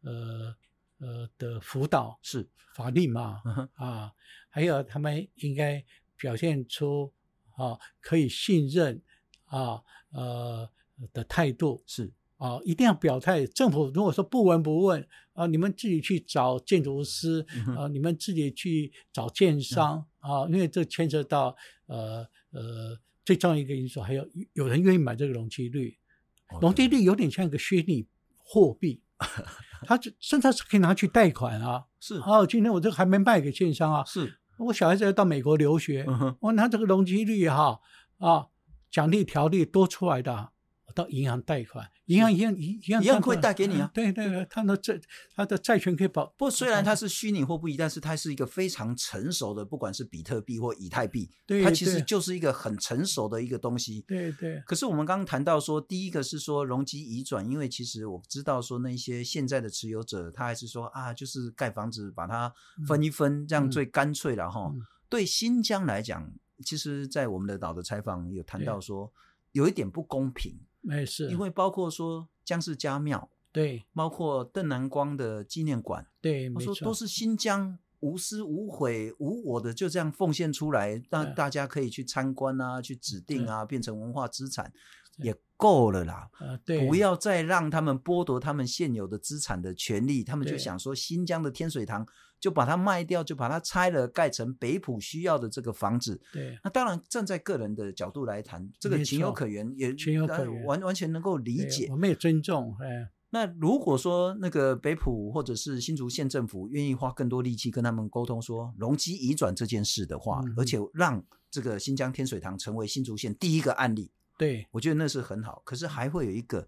Speaker 2: 呃呃的辅导
Speaker 1: 是，
Speaker 2: 法律嘛
Speaker 1: 嗯哼
Speaker 2: 啊，还有他们应该表现出啊可以信任啊呃的态度
Speaker 1: 是
Speaker 2: 啊，一定要表态。政府如果说不闻不问啊，你们自己去找建筑师
Speaker 1: 嗯哼嗯
Speaker 2: 啊，你们自己去找建商啊，因为这牵涉到呃呃最重要一个因素，还有有人愿意买这个容积率，
Speaker 1: 哦
Speaker 2: 容积
Speaker 1: 对
Speaker 2: 率有点像一个虚拟货 币，它就甚至是可以拿去贷款啊。
Speaker 1: 是
Speaker 2: 哦，今天我这个还没卖给建商啊，
Speaker 1: 是，
Speaker 2: 我小孩子要到美国留学，
Speaker 1: 嗯哼，
Speaker 2: 我拿这个容积率哈啊奖励条例多出来的啊，我到银行贷款，银行一样一样
Speaker 1: 一样
Speaker 2: 贷款
Speaker 1: 会贷给你啊
Speaker 2: 对对对，他的债他的债权可以保。
Speaker 1: 不过虽
Speaker 2: 嗯
Speaker 1: 然它是虚拟货币，但是它是一个非常成熟的，不管是比特币或以太币，
Speaker 2: 对
Speaker 1: 它其实
Speaker 2: 对
Speaker 1: 就是一个很成熟的一个东西。
Speaker 2: 对对
Speaker 1: 可是我们刚刚谈到说，第一个是说容积移转，因为其实我知道说那一些现在的持有者，他还是说啊，就是盖房子把它分一分，这样最干脆了哈。
Speaker 2: 嗯
Speaker 1: 对新疆来讲，其实，在我们的岛的采访有谈到说，有一点不公平，
Speaker 2: 没事，
Speaker 1: 因为包括说姜氏家庙，
Speaker 2: 哎对
Speaker 1: 包括邓南光的纪念馆，
Speaker 2: 对
Speaker 1: 他
Speaker 2: 没
Speaker 1: 说
Speaker 2: 错
Speaker 1: 都，是新疆无私无悔无我的，就这样奉献出来，让
Speaker 2: 对
Speaker 1: 大家可以去参观啊，去指定啊，变成文化资产
Speaker 2: 对
Speaker 1: 也够了啦。
Speaker 2: 呃对，
Speaker 1: 不要再让他们剥夺他们现有的资产的权利，他们就
Speaker 2: 对
Speaker 1: 想说新疆的天水堂就把它卖掉，就把它拆了，盖成北浦需要的这个房子。
Speaker 2: 对
Speaker 1: 那当然，站在个人的角度来谈，这个
Speaker 2: 没
Speaker 1: 情有
Speaker 2: 错
Speaker 1: 可原，也
Speaker 2: 情有可
Speaker 1: 呃
Speaker 2: 原
Speaker 1: 完完全能够理
Speaker 2: 对
Speaker 1: 解
Speaker 2: 我。们也尊重，哎
Speaker 1: 那如果说那个北浦或者是新竹县政府愿意花更多力气跟他们沟通，说容积移转这件事的话，
Speaker 2: 嗯
Speaker 1: 而且让这个新疆天水堂成为新竹县第一个案例，
Speaker 2: 对
Speaker 1: 我觉得那是很好。可是还会有一个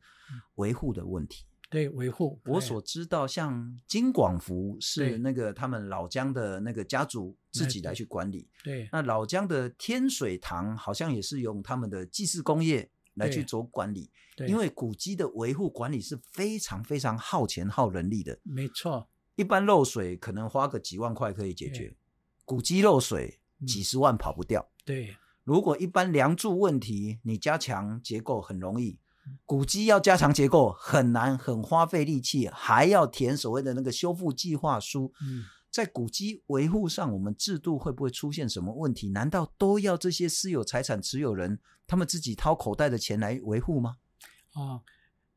Speaker 1: 维护的问题。
Speaker 2: 对，维护
Speaker 1: 我
Speaker 2: 嗯哎
Speaker 1: 所知道，像金广福是
Speaker 2: 对
Speaker 1: 那个他们老姜的那个家族自己来去管理，
Speaker 2: 对
Speaker 1: 那老姜的天水堂好像也是用他们的祭祀工业来去
Speaker 2: 对
Speaker 1: 做管理，
Speaker 2: 对，
Speaker 1: 因为古迹的维护管理是非常非常耗钱耗人力的，
Speaker 2: 没错，
Speaker 1: 一般漏水可能花个几万块可以解决
Speaker 2: 对，
Speaker 1: 古迹漏水
Speaker 2: 嗯
Speaker 1: 几十万跑不掉。
Speaker 2: 对
Speaker 1: 如果一般梁柱问题，你加强结构很容易。
Speaker 2: 嗯
Speaker 1: 古迹要加强结构很难，很花费力气，还要填所谓的那个修复计划书。
Speaker 2: 嗯
Speaker 1: 在古迹维护上，我们制度会不会出现什么问题？难道都要这些私有财产持有人他们自己掏口袋的钱来维护吗？
Speaker 2: 啊，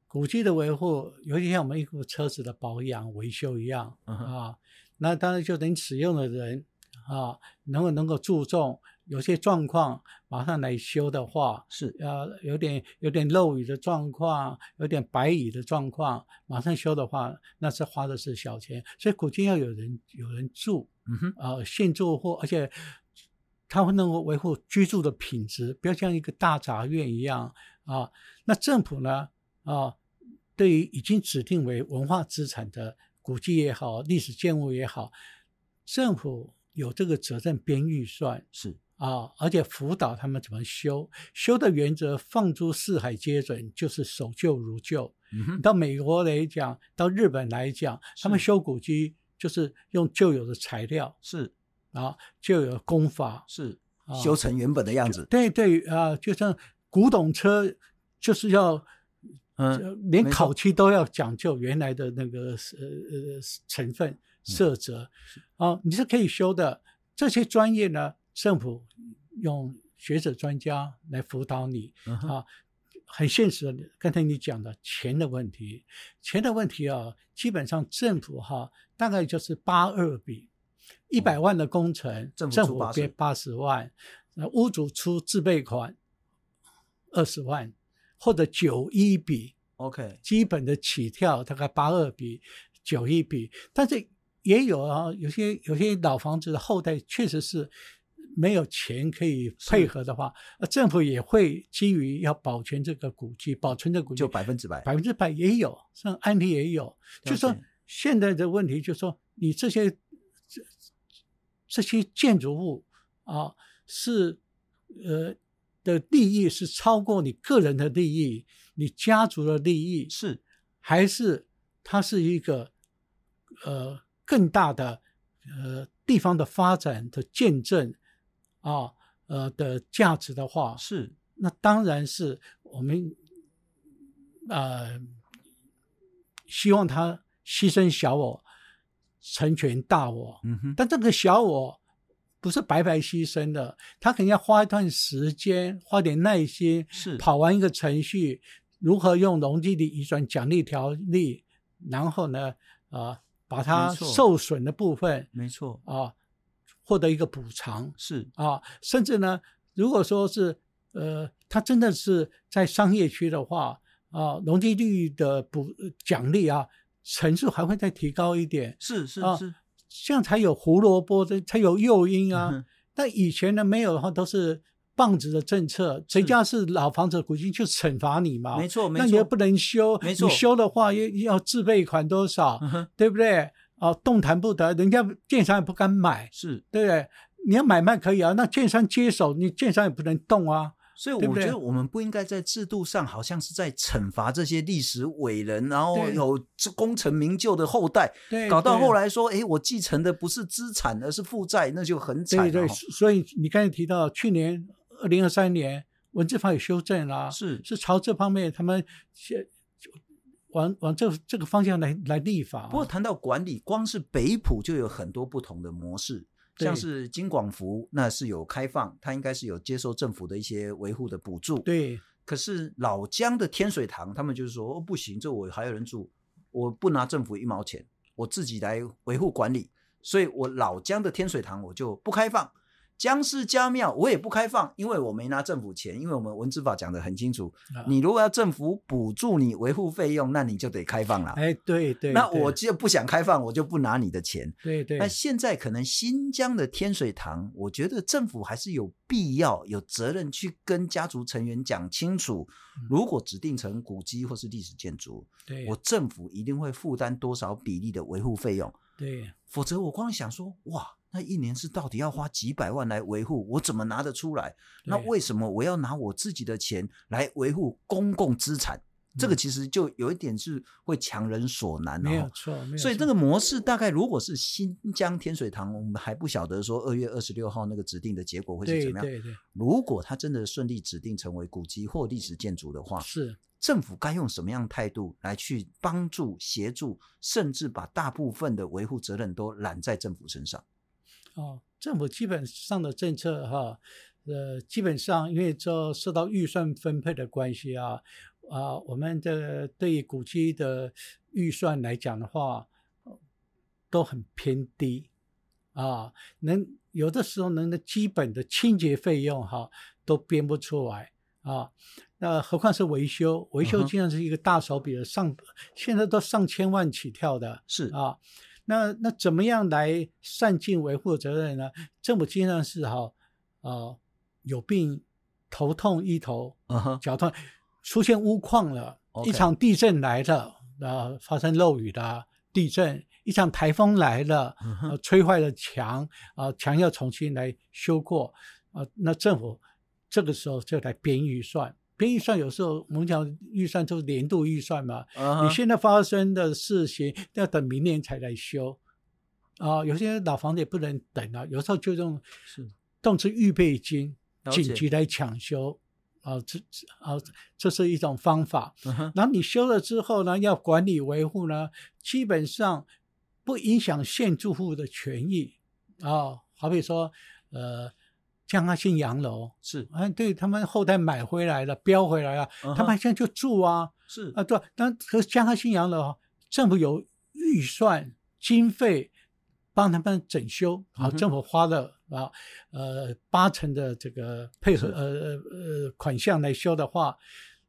Speaker 2: 古迹的维护，尤其像我们一部车子的保养维修一样
Speaker 1: 嗯哼
Speaker 2: 啊，那当然就等使用的人啊，能够能够注重。有些状况马上来修的话，
Speaker 1: 是
Speaker 2: 呃，有点有点漏雨的状况，有点白雨的状况，马上修的话，那是花的是小钱，所以古迹要有人有人住，
Speaker 1: 嗯哼，
Speaker 2: 呃，现住户，而且它会能够维护居住的品质，不要像一个大杂院一样啊。那政府呢，啊，对于已经指定为文化资产的古迹也好、历史建物也好，政府有这个责任编预算，
Speaker 1: 是
Speaker 2: 啊，而且辅导他们怎么修。修的原则放诸四海皆准，就是守旧如旧。
Speaker 1: 嗯哼，
Speaker 2: 到美国来讲，到日本来讲，他们
Speaker 1: 是
Speaker 2: 修古迹就是用旧有的材料
Speaker 1: 是
Speaker 2: 啊，旧有的工法。
Speaker 1: 是
Speaker 2: 啊
Speaker 1: 修成原本的样子。
Speaker 2: 对对啊，就像古董车，就是要。
Speaker 1: 嗯，
Speaker 2: 连
Speaker 1: 没错
Speaker 2: 烤漆都要讲究原来的那个呃呃成分
Speaker 1: 嗯
Speaker 2: 色泽，啊，你是可以修的。这些专业呢，政府用学者专家来辅导你，
Speaker 1: 嗯哼
Speaker 2: 啊，很现实的，刚才你讲的钱的问题，钱的问题啊，基本上政府哈、大概就是八二比，一百万的工程，
Speaker 1: 哦政府出
Speaker 2: 政府
Speaker 1: 80
Speaker 2: 给八十万，那屋主出自备款二十万，或者九一比，
Speaker 1: OK，
Speaker 2: 基本的起跳大概八二比九一比，但是也有啊，有些有些老房子的后代确实是没有钱可以配合的话，呃，政府也会基于要保全这个古迹，保存这个古迹
Speaker 1: 就，百分之百。
Speaker 2: 百分之百也有，像案例也有，
Speaker 1: 解
Speaker 2: 就说现在的问题，就说你这些这这些建筑物啊，是呃的利益是超过你个人的利益，你家族的利益，
Speaker 1: 是
Speaker 2: 还是它是一个呃更大的呃地方的发展的见证啊呃的价值的话，
Speaker 1: 是，
Speaker 2: 那当然是我们呃希望他牺牲小我，成全大我。
Speaker 1: 嗯哼，
Speaker 2: 但这个小我不是白白牺牲的，他肯定要花一段时间，花点耐心，
Speaker 1: 是
Speaker 2: 跑完一个程序，如何用容积的移转奖励条例，然后呢，呃，把它
Speaker 1: 没错
Speaker 2: 受损的部分
Speaker 1: 没错，
Speaker 2: 啊、获得一个补偿。
Speaker 1: 是
Speaker 2: 啊，甚至呢，如果说是呃，它真的是在商业区的话啊，容积率的补奖励啊，层数还会再提高一点，
Speaker 1: 是是
Speaker 2: 啊
Speaker 1: 是
Speaker 2: 这样才有胡萝卜的，才有诱因啊。
Speaker 1: 嗯哼
Speaker 2: 但以前呢，没有的话都是棒子的政策，谁
Speaker 1: 是
Speaker 2: 家是老房子，古迹就惩罚你嘛。
Speaker 1: 没错没
Speaker 2: 那你
Speaker 1: 错，
Speaker 2: 又不能修，
Speaker 1: 没错
Speaker 2: 你修的话又又要自备款多少，
Speaker 1: 嗯哼
Speaker 2: 对不对？啊，动弹不得，人家建商也不敢买，
Speaker 1: 是。
Speaker 2: 对不对？你要买卖可以啊，那建商接手，你建商也不能动啊。
Speaker 1: 所以
Speaker 2: 对不
Speaker 1: 我
Speaker 2: 对
Speaker 1: 觉得我们不应该在制度上好像是在惩罚这些历史伟人，然后
Speaker 2: 对
Speaker 1: 有功成名就的后代，
Speaker 2: 对，
Speaker 1: 搞到
Speaker 2: 对啊
Speaker 1: 后，来说，诶，我继承的不是资产，而是负债，那就很惨
Speaker 2: 对
Speaker 1: 了哦
Speaker 2: 对，
Speaker 1: 哈。
Speaker 2: 所以你刚才提到去年二零二三年文字法有修正啦、
Speaker 1: 是
Speaker 2: 是朝这方面他们先就往往这这个方向来来立法、啊
Speaker 1: 不过谈到管理，光是北浦就有很多不同的模式，
Speaker 2: 对
Speaker 1: 像是金广福，那是有开放，它应该是有接受政府的一些维护的补助。，
Speaker 2: 对
Speaker 1: 可是老姜的天水堂，他们就是说，哦，不行，这我还有人住，我不拿政府一毛钱，我自己来维护管理，所以我老姜的天水堂我就不开放。姜氏家庙我也不开放，因为我没拿政府钱，因为我们文字法讲得很清楚，
Speaker 2: 啊
Speaker 1: 你如果要政府补助你维护费用，那你就得开放了。
Speaker 2: 哎，对对，
Speaker 1: 那
Speaker 2: 对
Speaker 1: 我就不想开放，我就不拿你的钱。
Speaker 2: 对对
Speaker 1: 那现在可能新疆的天水堂，我觉得政府还是有必要、有责任去跟家族成员讲清楚，如果指定成古迹或是历史建筑，
Speaker 2: 嗯对，
Speaker 1: 我政府一定会负担多少比例的维护费用。
Speaker 2: 对
Speaker 1: 否则我光想说，哇，那一年是到底要花几百万来维护，我怎么拿得出来？那
Speaker 2: 对
Speaker 1: 为什么我要拿我自己的钱来维护公共资产？这个
Speaker 2: 嗯
Speaker 1: 其实就有一点是会强人所难、哦，
Speaker 2: 没有错，没有
Speaker 1: 所以
Speaker 2: 错
Speaker 1: 这个模式大概如果是新疆天水堂，我们还不晓得说二月二十六号那个指定的结果会是
Speaker 2: 对
Speaker 1: 怎么样。
Speaker 2: 对对
Speaker 1: 如果它真的顺利指定成为古迹或历史建筑的话，
Speaker 2: 是，
Speaker 1: 政府该用什么样的态度来去帮助、协助，甚至把大部分的维护责任都揽在政府身上？
Speaker 2: 哦，政府基本上的政策哈，呃，基本上因为这受到预算分配的关系啊，啊、我们的对于古迹的预算来讲的话，呃都很偏低啊，能有的时候能的基本的清洁费用哈都编不出来啊。那何况是维修？维
Speaker 1: 嗯
Speaker 2: 修
Speaker 1: 哼
Speaker 2: 经常是一个大手笔的上，现在都上千万起跳的。
Speaker 1: 是
Speaker 2: 啊。那那怎么样来善尽维护责任呢？政府经常是哈啊、有病头痛医头，
Speaker 1: 嗯哼，
Speaker 2: 脚痛，出现屋况了
Speaker 1: OK
Speaker 2: 一场地震来了，啊，发生漏雨的地震，一场台风来了，
Speaker 1: 嗯
Speaker 2: 呃
Speaker 1: 哼，
Speaker 2: 吹坏了墙，啊、墙要重新来修过，啊、那政府这个时候就来编预算，编预算有时候我们讲预算就是年度预算嘛，
Speaker 1: 嗯
Speaker 2: 呃你
Speaker 1: 哼
Speaker 2: 现在发生的事情要等明年才来修啊、有些老房子也不能等啊，有时候就用
Speaker 1: 是
Speaker 2: 动之预备金
Speaker 1: 了解
Speaker 2: 紧急来抢修啊、这这啊、这是一种方法。
Speaker 1: 嗯哼，
Speaker 2: 然后你修了之后呢，要管理维护呢，基本上不影响现住户的权益啊、好比说呃。像他新洋楼，
Speaker 1: 是
Speaker 2: 啊，对他们后代买回来了，标回来了，
Speaker 1: 嗯
Speaker 2: 他
Speaker 1: 哼
Speaker 2: 们现在就住啊，
Speaker 1: 是
Speaker 2: 啊，对啊，那可是江汉新洋楼，哦政府有预算经费帮他们整修，好、
Speaker 1: 嗯哼
Speaker 2: 政府花了啊，呃，八成的这个配合
Speaker 1: 是
Speaker 2: 呃呃呃款项来修的话，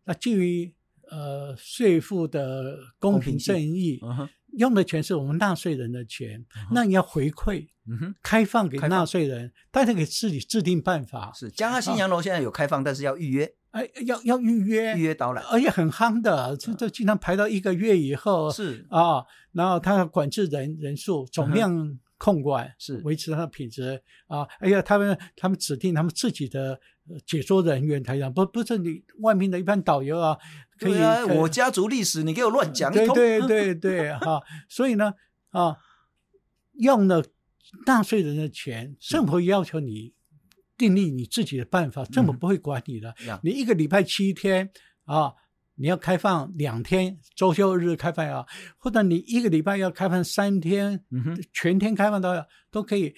Speaker 2: 那基于呃税负的公
Speaker 1: 公平
Speaker 2: 平
Speaker 1: 性
Speaker 2: 正义，
Speaker 1: 嗯哼，嗯
Speaker 2: 用的钱是我们纳税人的钱，
Speaker 1: 哼
Speaker 2: 那你要回馈
Speaker 1: 嗯哼，
Speaker 2: 开放给
Speaker 1: 开放
Speaker 2: 纳税人，大家给自己制定办法，
Speaker 1: 是江汉新洋楼现在有开放，但是要预约，
Speaker 2: 哎，要要预约，
Speaker 1: 预约导览
Speaker 2: 而且很夯的，这这经常排到一个月以后，
Speaker 1: 是
Speaker 2: 啊、然后它管制人人
Speaker 1: 嗯
Speaker 2: 数总量控管，
Speaker 1: 是
Speaker 2: 维持它的品质啊。哎呀，他们他们指定他们自己的呃解说人员才让，不不是你外面的一般导游啊，可以。
Speaker 1: 对啊，
Speaker 2: 可以
Speaker 1: 我家族历史你给我乱讲一
Speaker 2: 对
Speaker 1: 通，
Speaker 2: 对对对哈、所以呢啊，用了纳税人的钱，
Speaker 1: 嗯
Speaker 2: 政府要求你订立你自己的办法，政府
Speaker 1: 嗯
Speaker 2: 不会管你的。
Speaker 1: 呀
Speaker 2: 你一个礼拜七天啊，你要开放两天，周休日开放啊，或者你一个礼拜要开放三天，
Speaker 1: 嗯哼，
Speaker 2: 全天开放都都可以。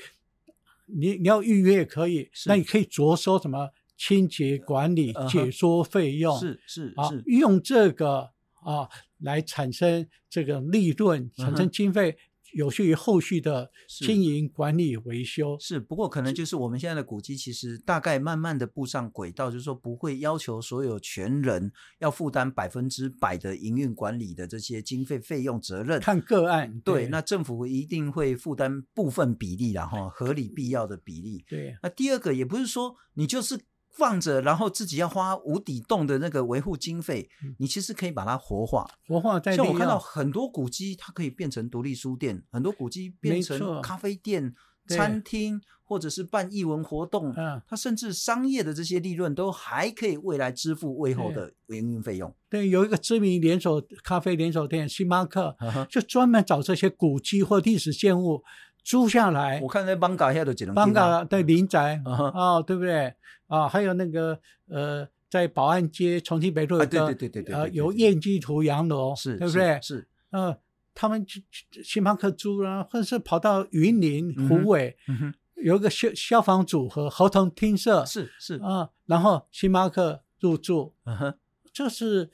Speaker 2: 你你要预约也可以，
Speaker 1: 是
Speaker 2: 那你可以着收什么清洁管理
Speaker 1: 嗯、哼
Speaker 2: 解说费用，
Speaker 1: 是是
Speaker 2: 啊
Speaker 1: 是，，
Speaker 2: 用这个啊来产生这个利润，产
Speaker 1: 嗯
Speaker 2: 生
Speaker 1: 哼
Speaker 2: 经费，有助于后续的
Speaker 1: 是
Speaker 2: 经营管理维修。
Speaker 1: 是，不过可能就是我们现在的古迹，其实大概慢慢的步上轨道，就是说不会要求所有权人要负担百分之百的营运管理的这些经费费用责任。
Speaker 2: 看个案，
Speaker 1: 对，那政府一定会负担部分比例啦，哈，合理必要的比例。
Speaker 2: 对
Speaker 1: 那第二个也不是说你就是放着，然后自己要花无底洞的那个维护经费
Speaker 2: 嗯，
Speaker 1: 你其实可以把它活化。
Speaker 2: 活化在
Speaker 1: 像我看到很多古迹，它可以变成独立书店，很多古迹变
Speaker 2: 没
Speaker 1: 成
Speaker 2: 错
Speaker 1: 咖啡店、
Speaker 2: 对
Speaker 1: 餐厅，或者是办艺文活动。
Speaker 2: 嗯，
Speaker 1: 它甚至商业的这些利润都还可以未来支付未后的营运费用。
Speaker 2: 对，有一个知名连锁咖啡连锁店星巴克，
Speaker 1: 我
Speaker 2: 就专门找这些古迹或历史建物租下来，
Speaker 1: 看在邦嘎下的只能
Speaker 2: 帮个对林宅
Speaker 1: 嗯哼
Speaker 2: 啊，对不对？啊，还有那个呃，在保安街重庆北路有
Speaker 1: 啊对
Speaker 2: 个
Speaker 1: 对对对对
Speaker 2: 呃
Speaker 1: 对对
Speaker 2: 有
Speaker 1: 对
Speaker 2: 燕京图洋楼，
Speaker 1: 是，
Speaker 2: 对不
Speaker 1: 是
Speaker 2: 对？
Speaker 1: 是，
Speaker 2: 呃，他们去去星巴克租啊，或者是跑到云林、
Speaker 1: 嗯
Speaker 2: 湖
Speaker 1: 哼
Speaker 2: 尾，
Speaker 1: 嗯哼
Speaker 2: 有一个消消防组合合同厅舍哦啊
Speaker 1: 是是，
Speaker 2: 啊，然后星巴克入住，
Speaker 1: 嗯哼
Speaker 2: 这是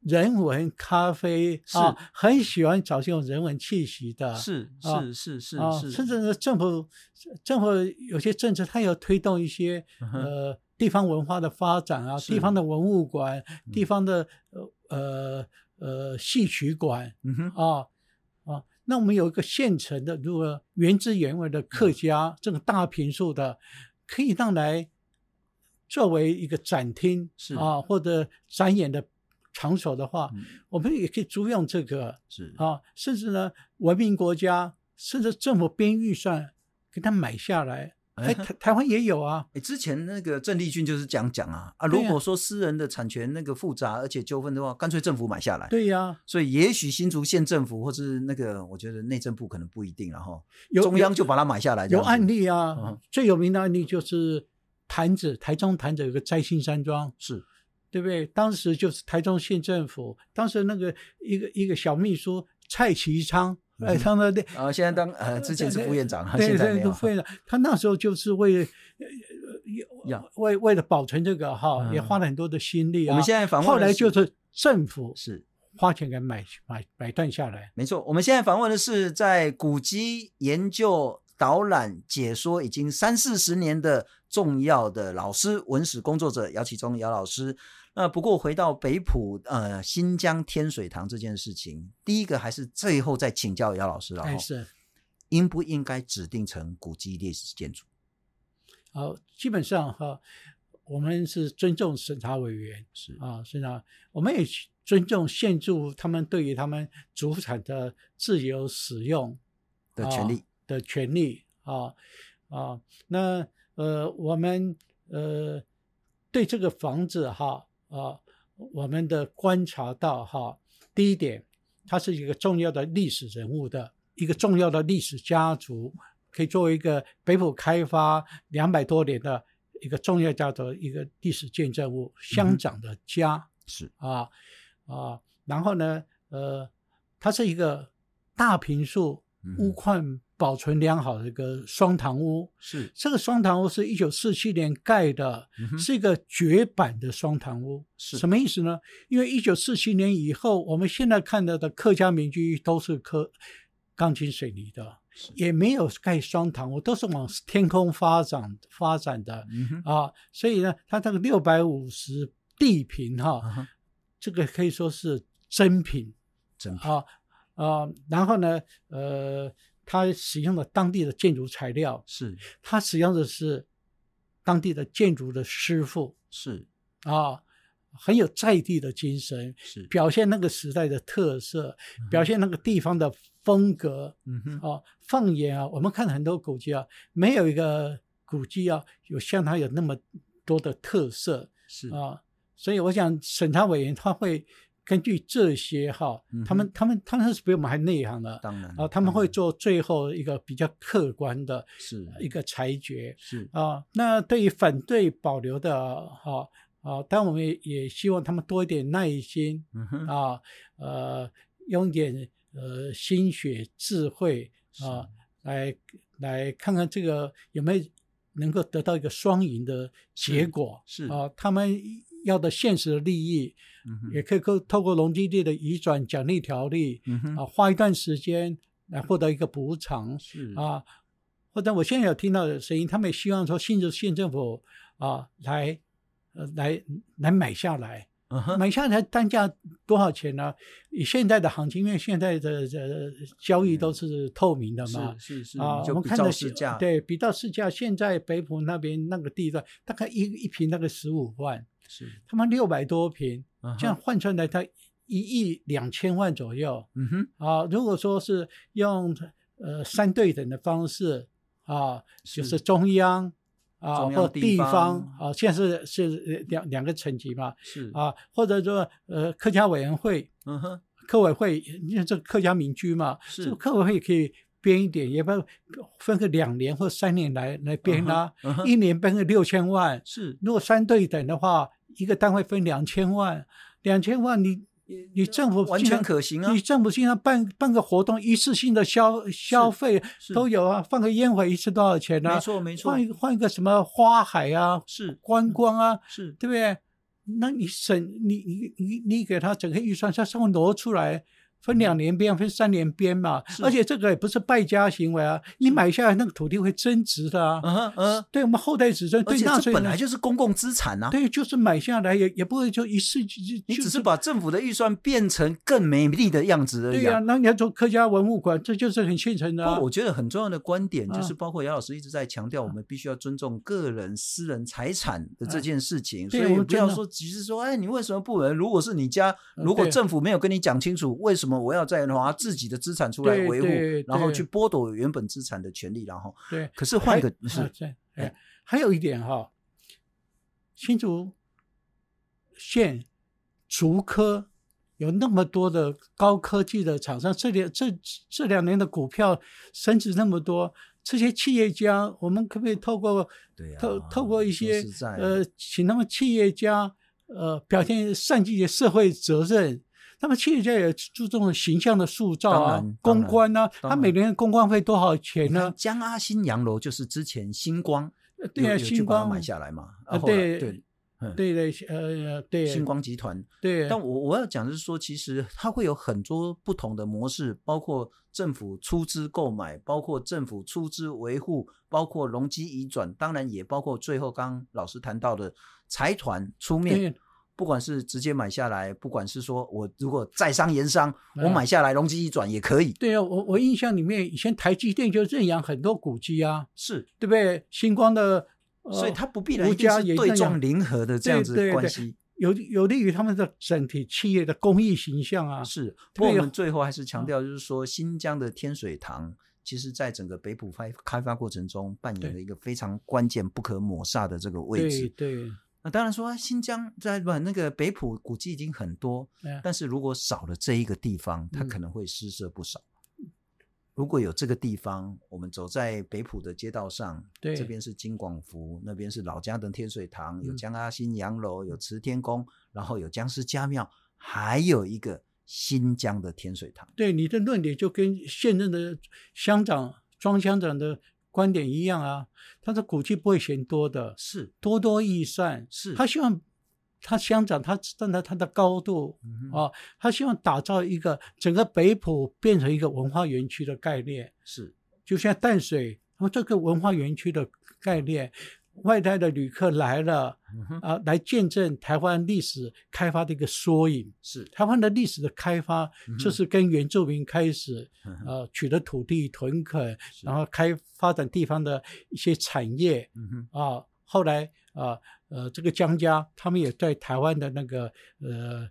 Speaker 2: 人文咖啡
Speaker 1: 是
Speaker 2: 啊，很喜欢找这种人文气息的，
Speaker 1: 是
Speaker 2: 啊
Speaker 1: 是是是
Speaker 2: 啊，
Speaker 1: 是，
Speaker 2: 甚至呢，政府政府有些政策，它有推动一些
Speaker 1: 嗯哼
Speaker 2: 呃地方文化的发展啊，
Speaker 1: 是嗯
Speaker 2: 地方的文物馆、地方的呃呃呃戏曲馆
Speaker 1: 嗯哼，
Speaker 2: 啊啊。那我们有一个现成的，如果原汁原味
Speaker 1: 嗯
Speaker 2: 的客家这个大平数的，可以让来作为一个展厅
Speaker 1: 是
Speaker 2: 啊或者展演的场所的话，
Speaker 1: 嗯
Speaker 2: 我们也可以租用这个。
Speaker 1: 是
Speaker 2: 啊，甚至呢，文明国家甚至政府编预算给他买下来。哎，台台湾也有啊，
Speaker 1: 哎，之前那个郑丽君就是这样讲啊啊，
Speaker 2: 对
Speaker 1: 如
Speaker 2: 呀
Speaker 1: 果说私人的产权那个复杂而且纠纷的话，干脆政府买下来。
Speaker 2: 对呀、
Speaker 1: 所以也许新竹县政府或是那个，我觉得内政部可能不一定了哈，
Speaker 2: 有
Speaker 1: 中央就把它买下来这样
Speaker 2: 有有
Speaker 1: 子。
Speaker 2: 案例啊，
Speaker 1: 嗯
Speaker 2: 最有名的案例就是潭子，台中潭子有个摘星山庄，
Speaker 1: 是
Speaker 2: 对不对？当时就是台中县政府，当时那个一个一个小秘书蔡其昌，哎，
Speaker 1: 嗯哼
Speaker 2: 他们的
Speaker 1: 啊，现在当呃之前是副院长，
Speaker 2: 对
Speaker 1: 现在没
Speaker 2: 对，
Speaker 1: 有
Speaker 2: 都。废了。他那时候就是为呃
Speaker 1: 呀
Speaker 2: 呃为为了保存这个哈，
Speaker 1: 嗯
Speaker 2: 也花了很多的心力啊。
Speaker 1: 我们现在访问的
Speaker 2: 后来
Speaker 1: 是
Speaker 2: 就是政府
Speaker 1: 是
Speaker 2: 花钱给买买买断下来。
Speaker 1: 没错，我们现在访问的是在古籍研究、导览、解说已经三四十年的重要的老师、文史工作者姚启忠姚老师。那不过回到北埔呃新疆天水堂这件事情，第一个还是最后再请教姚老师了哈
Speaker 2: 但，哎是
Speaker 1: 应不应该指定成古迹历史建筑？
Speaker 2: 啊，基本上哈，我们是尊重审查委员
Speaker 1: 是
Speaker 2: 啊，审查，我们也尊重现住他们对于他们主产的自由使用
Speaker 1: 的
Speaker 2: 哦
Speaker 1: 权利，
Speaker 2: 的权利啊啊。那呃，我们呃对这个房子哈啊，我们的观察到哈，第一点，它是一个重要的历史人物的一个重要的历史家族，可以作为一个北浦开发两百多年的一个重要家族的一个历史见证物，乡长的家。
Speaker 1: 是
Speaker 2: 啊啊，然后呢，呃，它是一个大平数
Speaker 1: 嗯哼
Speaker 2: 屋况保存良好的一个双堂屋。
Speaker 1: 是，
Speaker 2: 这个双堂屋是一九四七年盖的，
Speaker 1: 嗯哼
Speaker 2: 是一个绝版的双堂屋。
Speaker 1: 是
Speaker 2: 什么意思呢？因为一九四七年以后，我们现在看到的客家民居都是科钢筋水泥的
Speaker 1: 是，
Speaker 2: 也没有盖双堂屋，都是往天空发展发展的
Speaker 1: 嗯哼
Speaker 2: 啊。所以呢，它这个六百五十地坪哈、
Speaker 1: 啊哈，
Speaker 2: 这个可以说是珍品
Speaker 1: 真
Speaker 2: 啊啊、然后呢，呃，它使用了当地的建筑材料，
Speaker 1: 是
Speaker 2: 它使用的是当地的建筑的师傅
Speaker 1: 是
Speaker 2: 啊，很有在地的精神，
Speaker 1: 是，
Speaker 2: 表现那个时代的特色，表现那个地方的风格
Speaker 1: 嗯哼，
Speaker 2: 啊。放眼啊，我们看很多古迹啊，没有一个古迹啊有像它有那么多的特色。
Speaker 1: 是
Speaker 2: 啊，所以我想审查委员他会根据这些哈，他
Speaker 1: 嗯
Speaker 2: 们他们他们是比我们还内行的
Speaker 1: 当然
Speaker 2: 啊，他们
Speaker 1: 当
Speaker 2: 会
Speaker 1: 然
Speaker 2: 做最后一个比较客观的
Speaker 1: 是
Speaker 2: 一个裁决
Speaker 1: 是
Speaker 2: 啊。那对于反对保留的哈啊，但我们也也希望他们多一点耐心
Speaker 1: 嗯哼
Speaker 2: 啊，呃，用一点呃心血智慧啊，来来看看这个有没有能够得到一个双赢的结
Speaker 1: 是
Speaker 2: 果。
Speaker 1: 是
Speaker 2: 啊、他们要的现实的利益，
Speaker 1: 嗯哼
Speaker 2: 也可以透透过农基地的移转奖励条例
Speaker 1: 嗯哼
Speaker 2: 啊、花一段时间来获得一个补偿
Speaker 1: 是
Speaker 2: 啊、或者我现在有听到的声音，他们也希望说新竹县政府啊、来呃来来买下来。
Speaker 1: 嗯哼
Speaker 2: 买下来单价多少钱呢？以现在的行情，因为现在的呃交易都是透明的嘛，
Speaker 1: 嗯是是是
Speaker 2: 啊，
Speaker 1: 你
Speaker 2: 我
Speaker 1: 就
Speaker 2: 们
Speaker 1: 比
Speaker 2: 看
Speaker 1: 照
Speaker 2: 的
Speaker 1: 市
Speaker 2: 是
Speaker 1: 价
Speaker 2: 对比到市价，现在北浦那边那个地段大概一一平大概十五万，
Speaker 1: 是
Speaker 2: 他们六百多平，
Speaker 1: 嗯
Speaker 2: 这样
Speaker 1: 哼
Speaker 2: 换算来它一亿两千万左右
Speaker 1: 嗯哼
Speaker 2: 啊。如果说是用呃三对等的方式啊，就是是中央啊
Speaker 1: 中央
Speaker 2: 或
Speaker 1: 地
Speaker 2: 地
Speaker 1: 方
Speaker 2: 啊，现在是是呃两两个层级嘛
Speaker 1: 是
Speaker 2: 啊，或者说呃客家委员会
Speaker 1: 嗯哼
Speaker 2: 客委会，因为这个客家民居嘛，
Speaker 1: 是
Speaker 2: 这个客委会可以编一点，也不要分个两年或三年来来编啦、
Speaker 1: 嗯哼
Speaker 2: 一年编个六千万，
Speaker 1: 是
Speaker 2: 如果三对等的话，一个单位分两千万，两千万你你政府
Speaker 1: 完
Speaker 2: 经常
Speaker 1: 全可行啊
Speaker 2: 你政府经常办办个活动，一次性的消消费
Speaker 1: 是
Speaker 2: 都有啊，放个烟火一次多少钱呢、
Speaker 1: 没
Speaker 2: 啊？
Speaker 1: 错没错
Speaker 2: 换一个换一个什么花海啊，
Speaker 1: 是嗯
Speaker 2: 观光啊，
Speaker 1: 是
Speaker 2: 对不对？那你省你你你你给他整个预算，他稍微挪出来，分两年编，分三年编嘛。
Speaker 1: 嗯是
Speaker 2: 而且这个也不是败家行为啊，你买下来那个土地会增值的啊，
Speaker 1: 嗯哼嗯，
Speaker 2: 对我们后代子孙，
Speaker 1: 而
Speaker 2: 对
Speaker 1: 且
Speaker 2: 纳
Speaker 1: 这
Speaker 2: 税
Speaker 1: 本
Speaker 2: 人
Speaker 1: 来就是公共资产呐、
Speaker 2: 对，就是买下来也也不会就一次就就
Speaker 1: 啊你
Speaker 2: 就
Speaker 1: 只是把政府的预算变成更美丽的样子而
Speaker 2: 对
Speaker 1: 已、
Speaker 2: 呀、
Speaker 1: 啊。
Speaker 2: 那你要做客家文物馆，这就是很现成的、
Speaker 1: 不
Speaker 2: 啊
Speaker 1: 过。我觉得很重要的观点就是，
Speaker 2: 啊
Speaker 1: 包括杨老师一直在强调，我们必须要尊重个人私人财产的这件事情，所
Speaker 2: 啊对
Speaker 1: 以
Speaker 2: 我
Speaker 1: 不要
Speaker 2: 真的
Speaker 1: 说，只是说，哎，你为什么不能？如果是你家，
Speaker 2: 嗯
Speaker 1: 如果
Speaker 2: 对
Speaker 1: 政府没有跟你讲清楚，为什么我要再拿自己的资产出来
Speaker 2: 对
Speaker 1: 维
Speaker 2: 对
Speaker 1: 护，然后
Speaker 2: 对
Speaker 1: 去剥夺原本资产的权利，然后，
Speaker 2: 对，
Speaker 1: 可是换个
Speaker 2: 还啊
Speaker 1: 是，
Speaker 2: 对，
Speaker 1: 哎
Speaker 2: 哎还有一点哈、新竹县竹科有那么多的高科技的厂商，这两这这两年的股票升值那么多，这些企业家，我们可不可以透过
Speaker 1: 对啊，
Speaker 2: 透透过一
Speaker 1: 说
Speaker 2: 些
Speaker 1: 实在
Speaker 2: 呃，请他们企业家呃表现善尽社会责任。那么企业家也注重形象的塑造
Speaker 1: 当
Speaker 2: 啊
Speaker 1: 然，当
Speaker 2: 公
Speaker 1: 然
Speaker 2: 关啊，
Speaker 1: 当
Speaker 2: 他每
Speaker 1: 然
Speaker 2: 年的公关费多少钱
Speaker 1: 你看
Speaker 2: 呢？
Speaker 1: 江阿新洋楼就是之前星光
Speaker 2: 呃对
Speaker 1: 有
Speaker 2: 啊，
Speaker 1: 有去
Speaker 2: 星
Speaker 1: 把它
Speaker 2: 光
Speaker 1: 买下来嘛，
Speaker 2: 啊
Speaker 1: 然后来
Speaker 2: 对
Speaker 1: 对嗯
Speaker 2: 对的，呃，对，
Speaker 1: 星光集团。
Speaker 2: 对，
Speaker 1: 但我我要讲的是说，其实它会有很多不同的模式，包括政府出资购买，包括政府出资维护，包括容积移转，当然也包括最后刚刚老师谈到的财团出面
Speaker 2: 对。
Speaker 1: 不管是直接买下来，不管是说我如果在商言商，
Speaker 2: 嗯
Speaker 1: 我买下来容积移转也可以，
Speaker 2: 对啊，我我印象里面以前台积电就认养很多古迹啊，
Speaker 1: 是，
Speaker 2: 对不对？星光的，呃
Speaker 1: 所以它不必然
Speaker 2: 吴
Speaker 1: 一定
Speaker 2: 家
Speaker 1: 是
Speaker 2: 也
Speaker 1: 对
Speaker 2: 那样
Speaker 1: 撞零和的这样子
Speaker 2: 对对
Speaker 1: 关
Speaker 2: 对
Speaker 1: 系。
Speaker 2: 有有利于他们的整体企业的公益形象啊。
Speaker 1: 是，不
Speaker 2: 特
Speaker 1: 过
Speaker 2: 别
Speaker 1: 我
Speaker 2: 有嗯
Speaker 1: 们最后还是强调，就是说新疆的天水堂，其实在整个北浦开开发过程中扮演
Speaker 2: 对
Speaker 1: 了一个非常关键、不可抹杀的这个位
Speaker 2: 对
Speaker 1: 置。
Speaker 2: 对，
Speaker 1: 那当然说，啊新疆在不那个北浦古迹已经很多，
Speaker 2: 哎
Speaker 1: 但是如果少了这一个地方，它
Speaker 2: 嗯
Speaker 1: 可能会失色不少。如果有这个地方，我们走在北浦的街道上，
Speaker 2: 对
Speaker 1: 这边是金广福，那边是老家的天水堂，有
Speaker 2: 嗯
Speaker 1: 江阿新洋楼，有慈天宫，然后有僵尸家庙，还有一个新疆的天水堂。
Speaker 2: 对你的论点就跟现任的乡长庄乡长的观点一样啊，他的古迹不会嫌多的，
Speaker 1: 是
Speaker 2: 多多益善。
Speaker 1: 是，
Speaker 2: 他希望他乡长他站在他的高度，
Speaker 1: 嗯哼
Speaker 2: 啊，他希望打造一个整个北浦变成一个文化园区的概念，
Speaker 1: 是
Speaker 2: 就像淡水，他们这个文化园区的概念，外来的旅客来了
Speaker 1: 嗯哼
Speaker 2: 啊，来见证台湾历史开发的一个缩影。
Speaker 1: 是，
Speaker 2: 台湾的历史的开发
Speaker 1: 嗯哼
Speaker 2: 就是跟原住民开始，
Speaker 1: 嗯哼
Speaker 2: 呃，取得土地屯垦，
Speaker 1: 是
Speaker 2: 然后开发展地方的一些产业，
Speaker 1: 嗯哼
Speaker 2: 啊，后来啊，呃，这个江家他们也在台湾的那个呃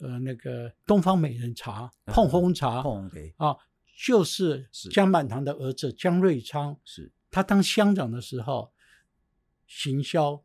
Speaker 2: 呃那个东方美人茶、
Speaker 1: 嗯
Speaker 2: 碰烘茶
Speaker 1: 碰给
Speaker 2: 啊，就是
Speaker 1: 是
Speaker 2: 江满堂的儿子江瑞昌，
Speaker 1: 是
Speaker 2: 他当乡长的时候，行
Speaker 1: 嗯
Speaker 2: 销、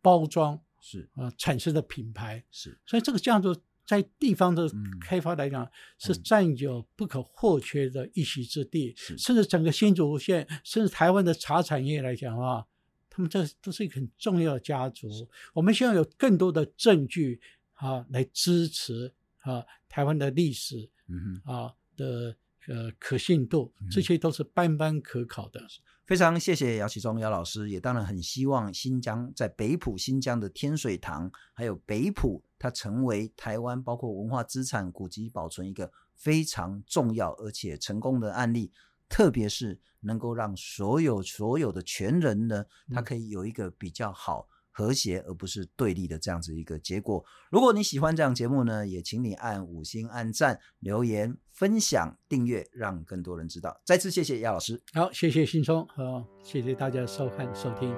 Speaker 2: 包装
Speaker 1: 是
Speaker 2: 啊、产生的品牌，
Speaker 1: 是
Speaker 2: 所以这个叫做。在地方的
Speaker 1: 嗯
Speaker 2: 开发来讲，是
Speaker 1: 嗯
Speaker 2: 占有不可或缺的一席之地。
Speaker 1: 是
Speaker 2: 甚至整个新竹县，甚至台湾的茶产业来讲啊，他们这都是一个很重要的家族。我们希望有更多的证据啊，来支持啊台湾的历史
Speaker 1: 嗯哼。
Speaker 2: 啊的呃可信度
Speaker 1: 嗯，
Speaker 2: 这些都是斑斑可考的。
Speaker 1: 非常谢谢姚启忠姚老师，也当然很希望新疆在北浦新疆的天水堂，还有北浦，它成为台湾包括文化资产古籍保存一个非常重要而且成功的案例，特别是能够让所有所有的权人呢，他
Speaker 2: 嗯
Speaker 1: 可以有一个比较好。和谐而不是对立的这样子一个结果。如果你喜欢这样节目呢，也请你按五星、按赞、留言、分享、订阅，让更多人知道。再次谢谢姚老师。
Speaker 2: 好，谢谢信聪，好、谢谢大家收看收听。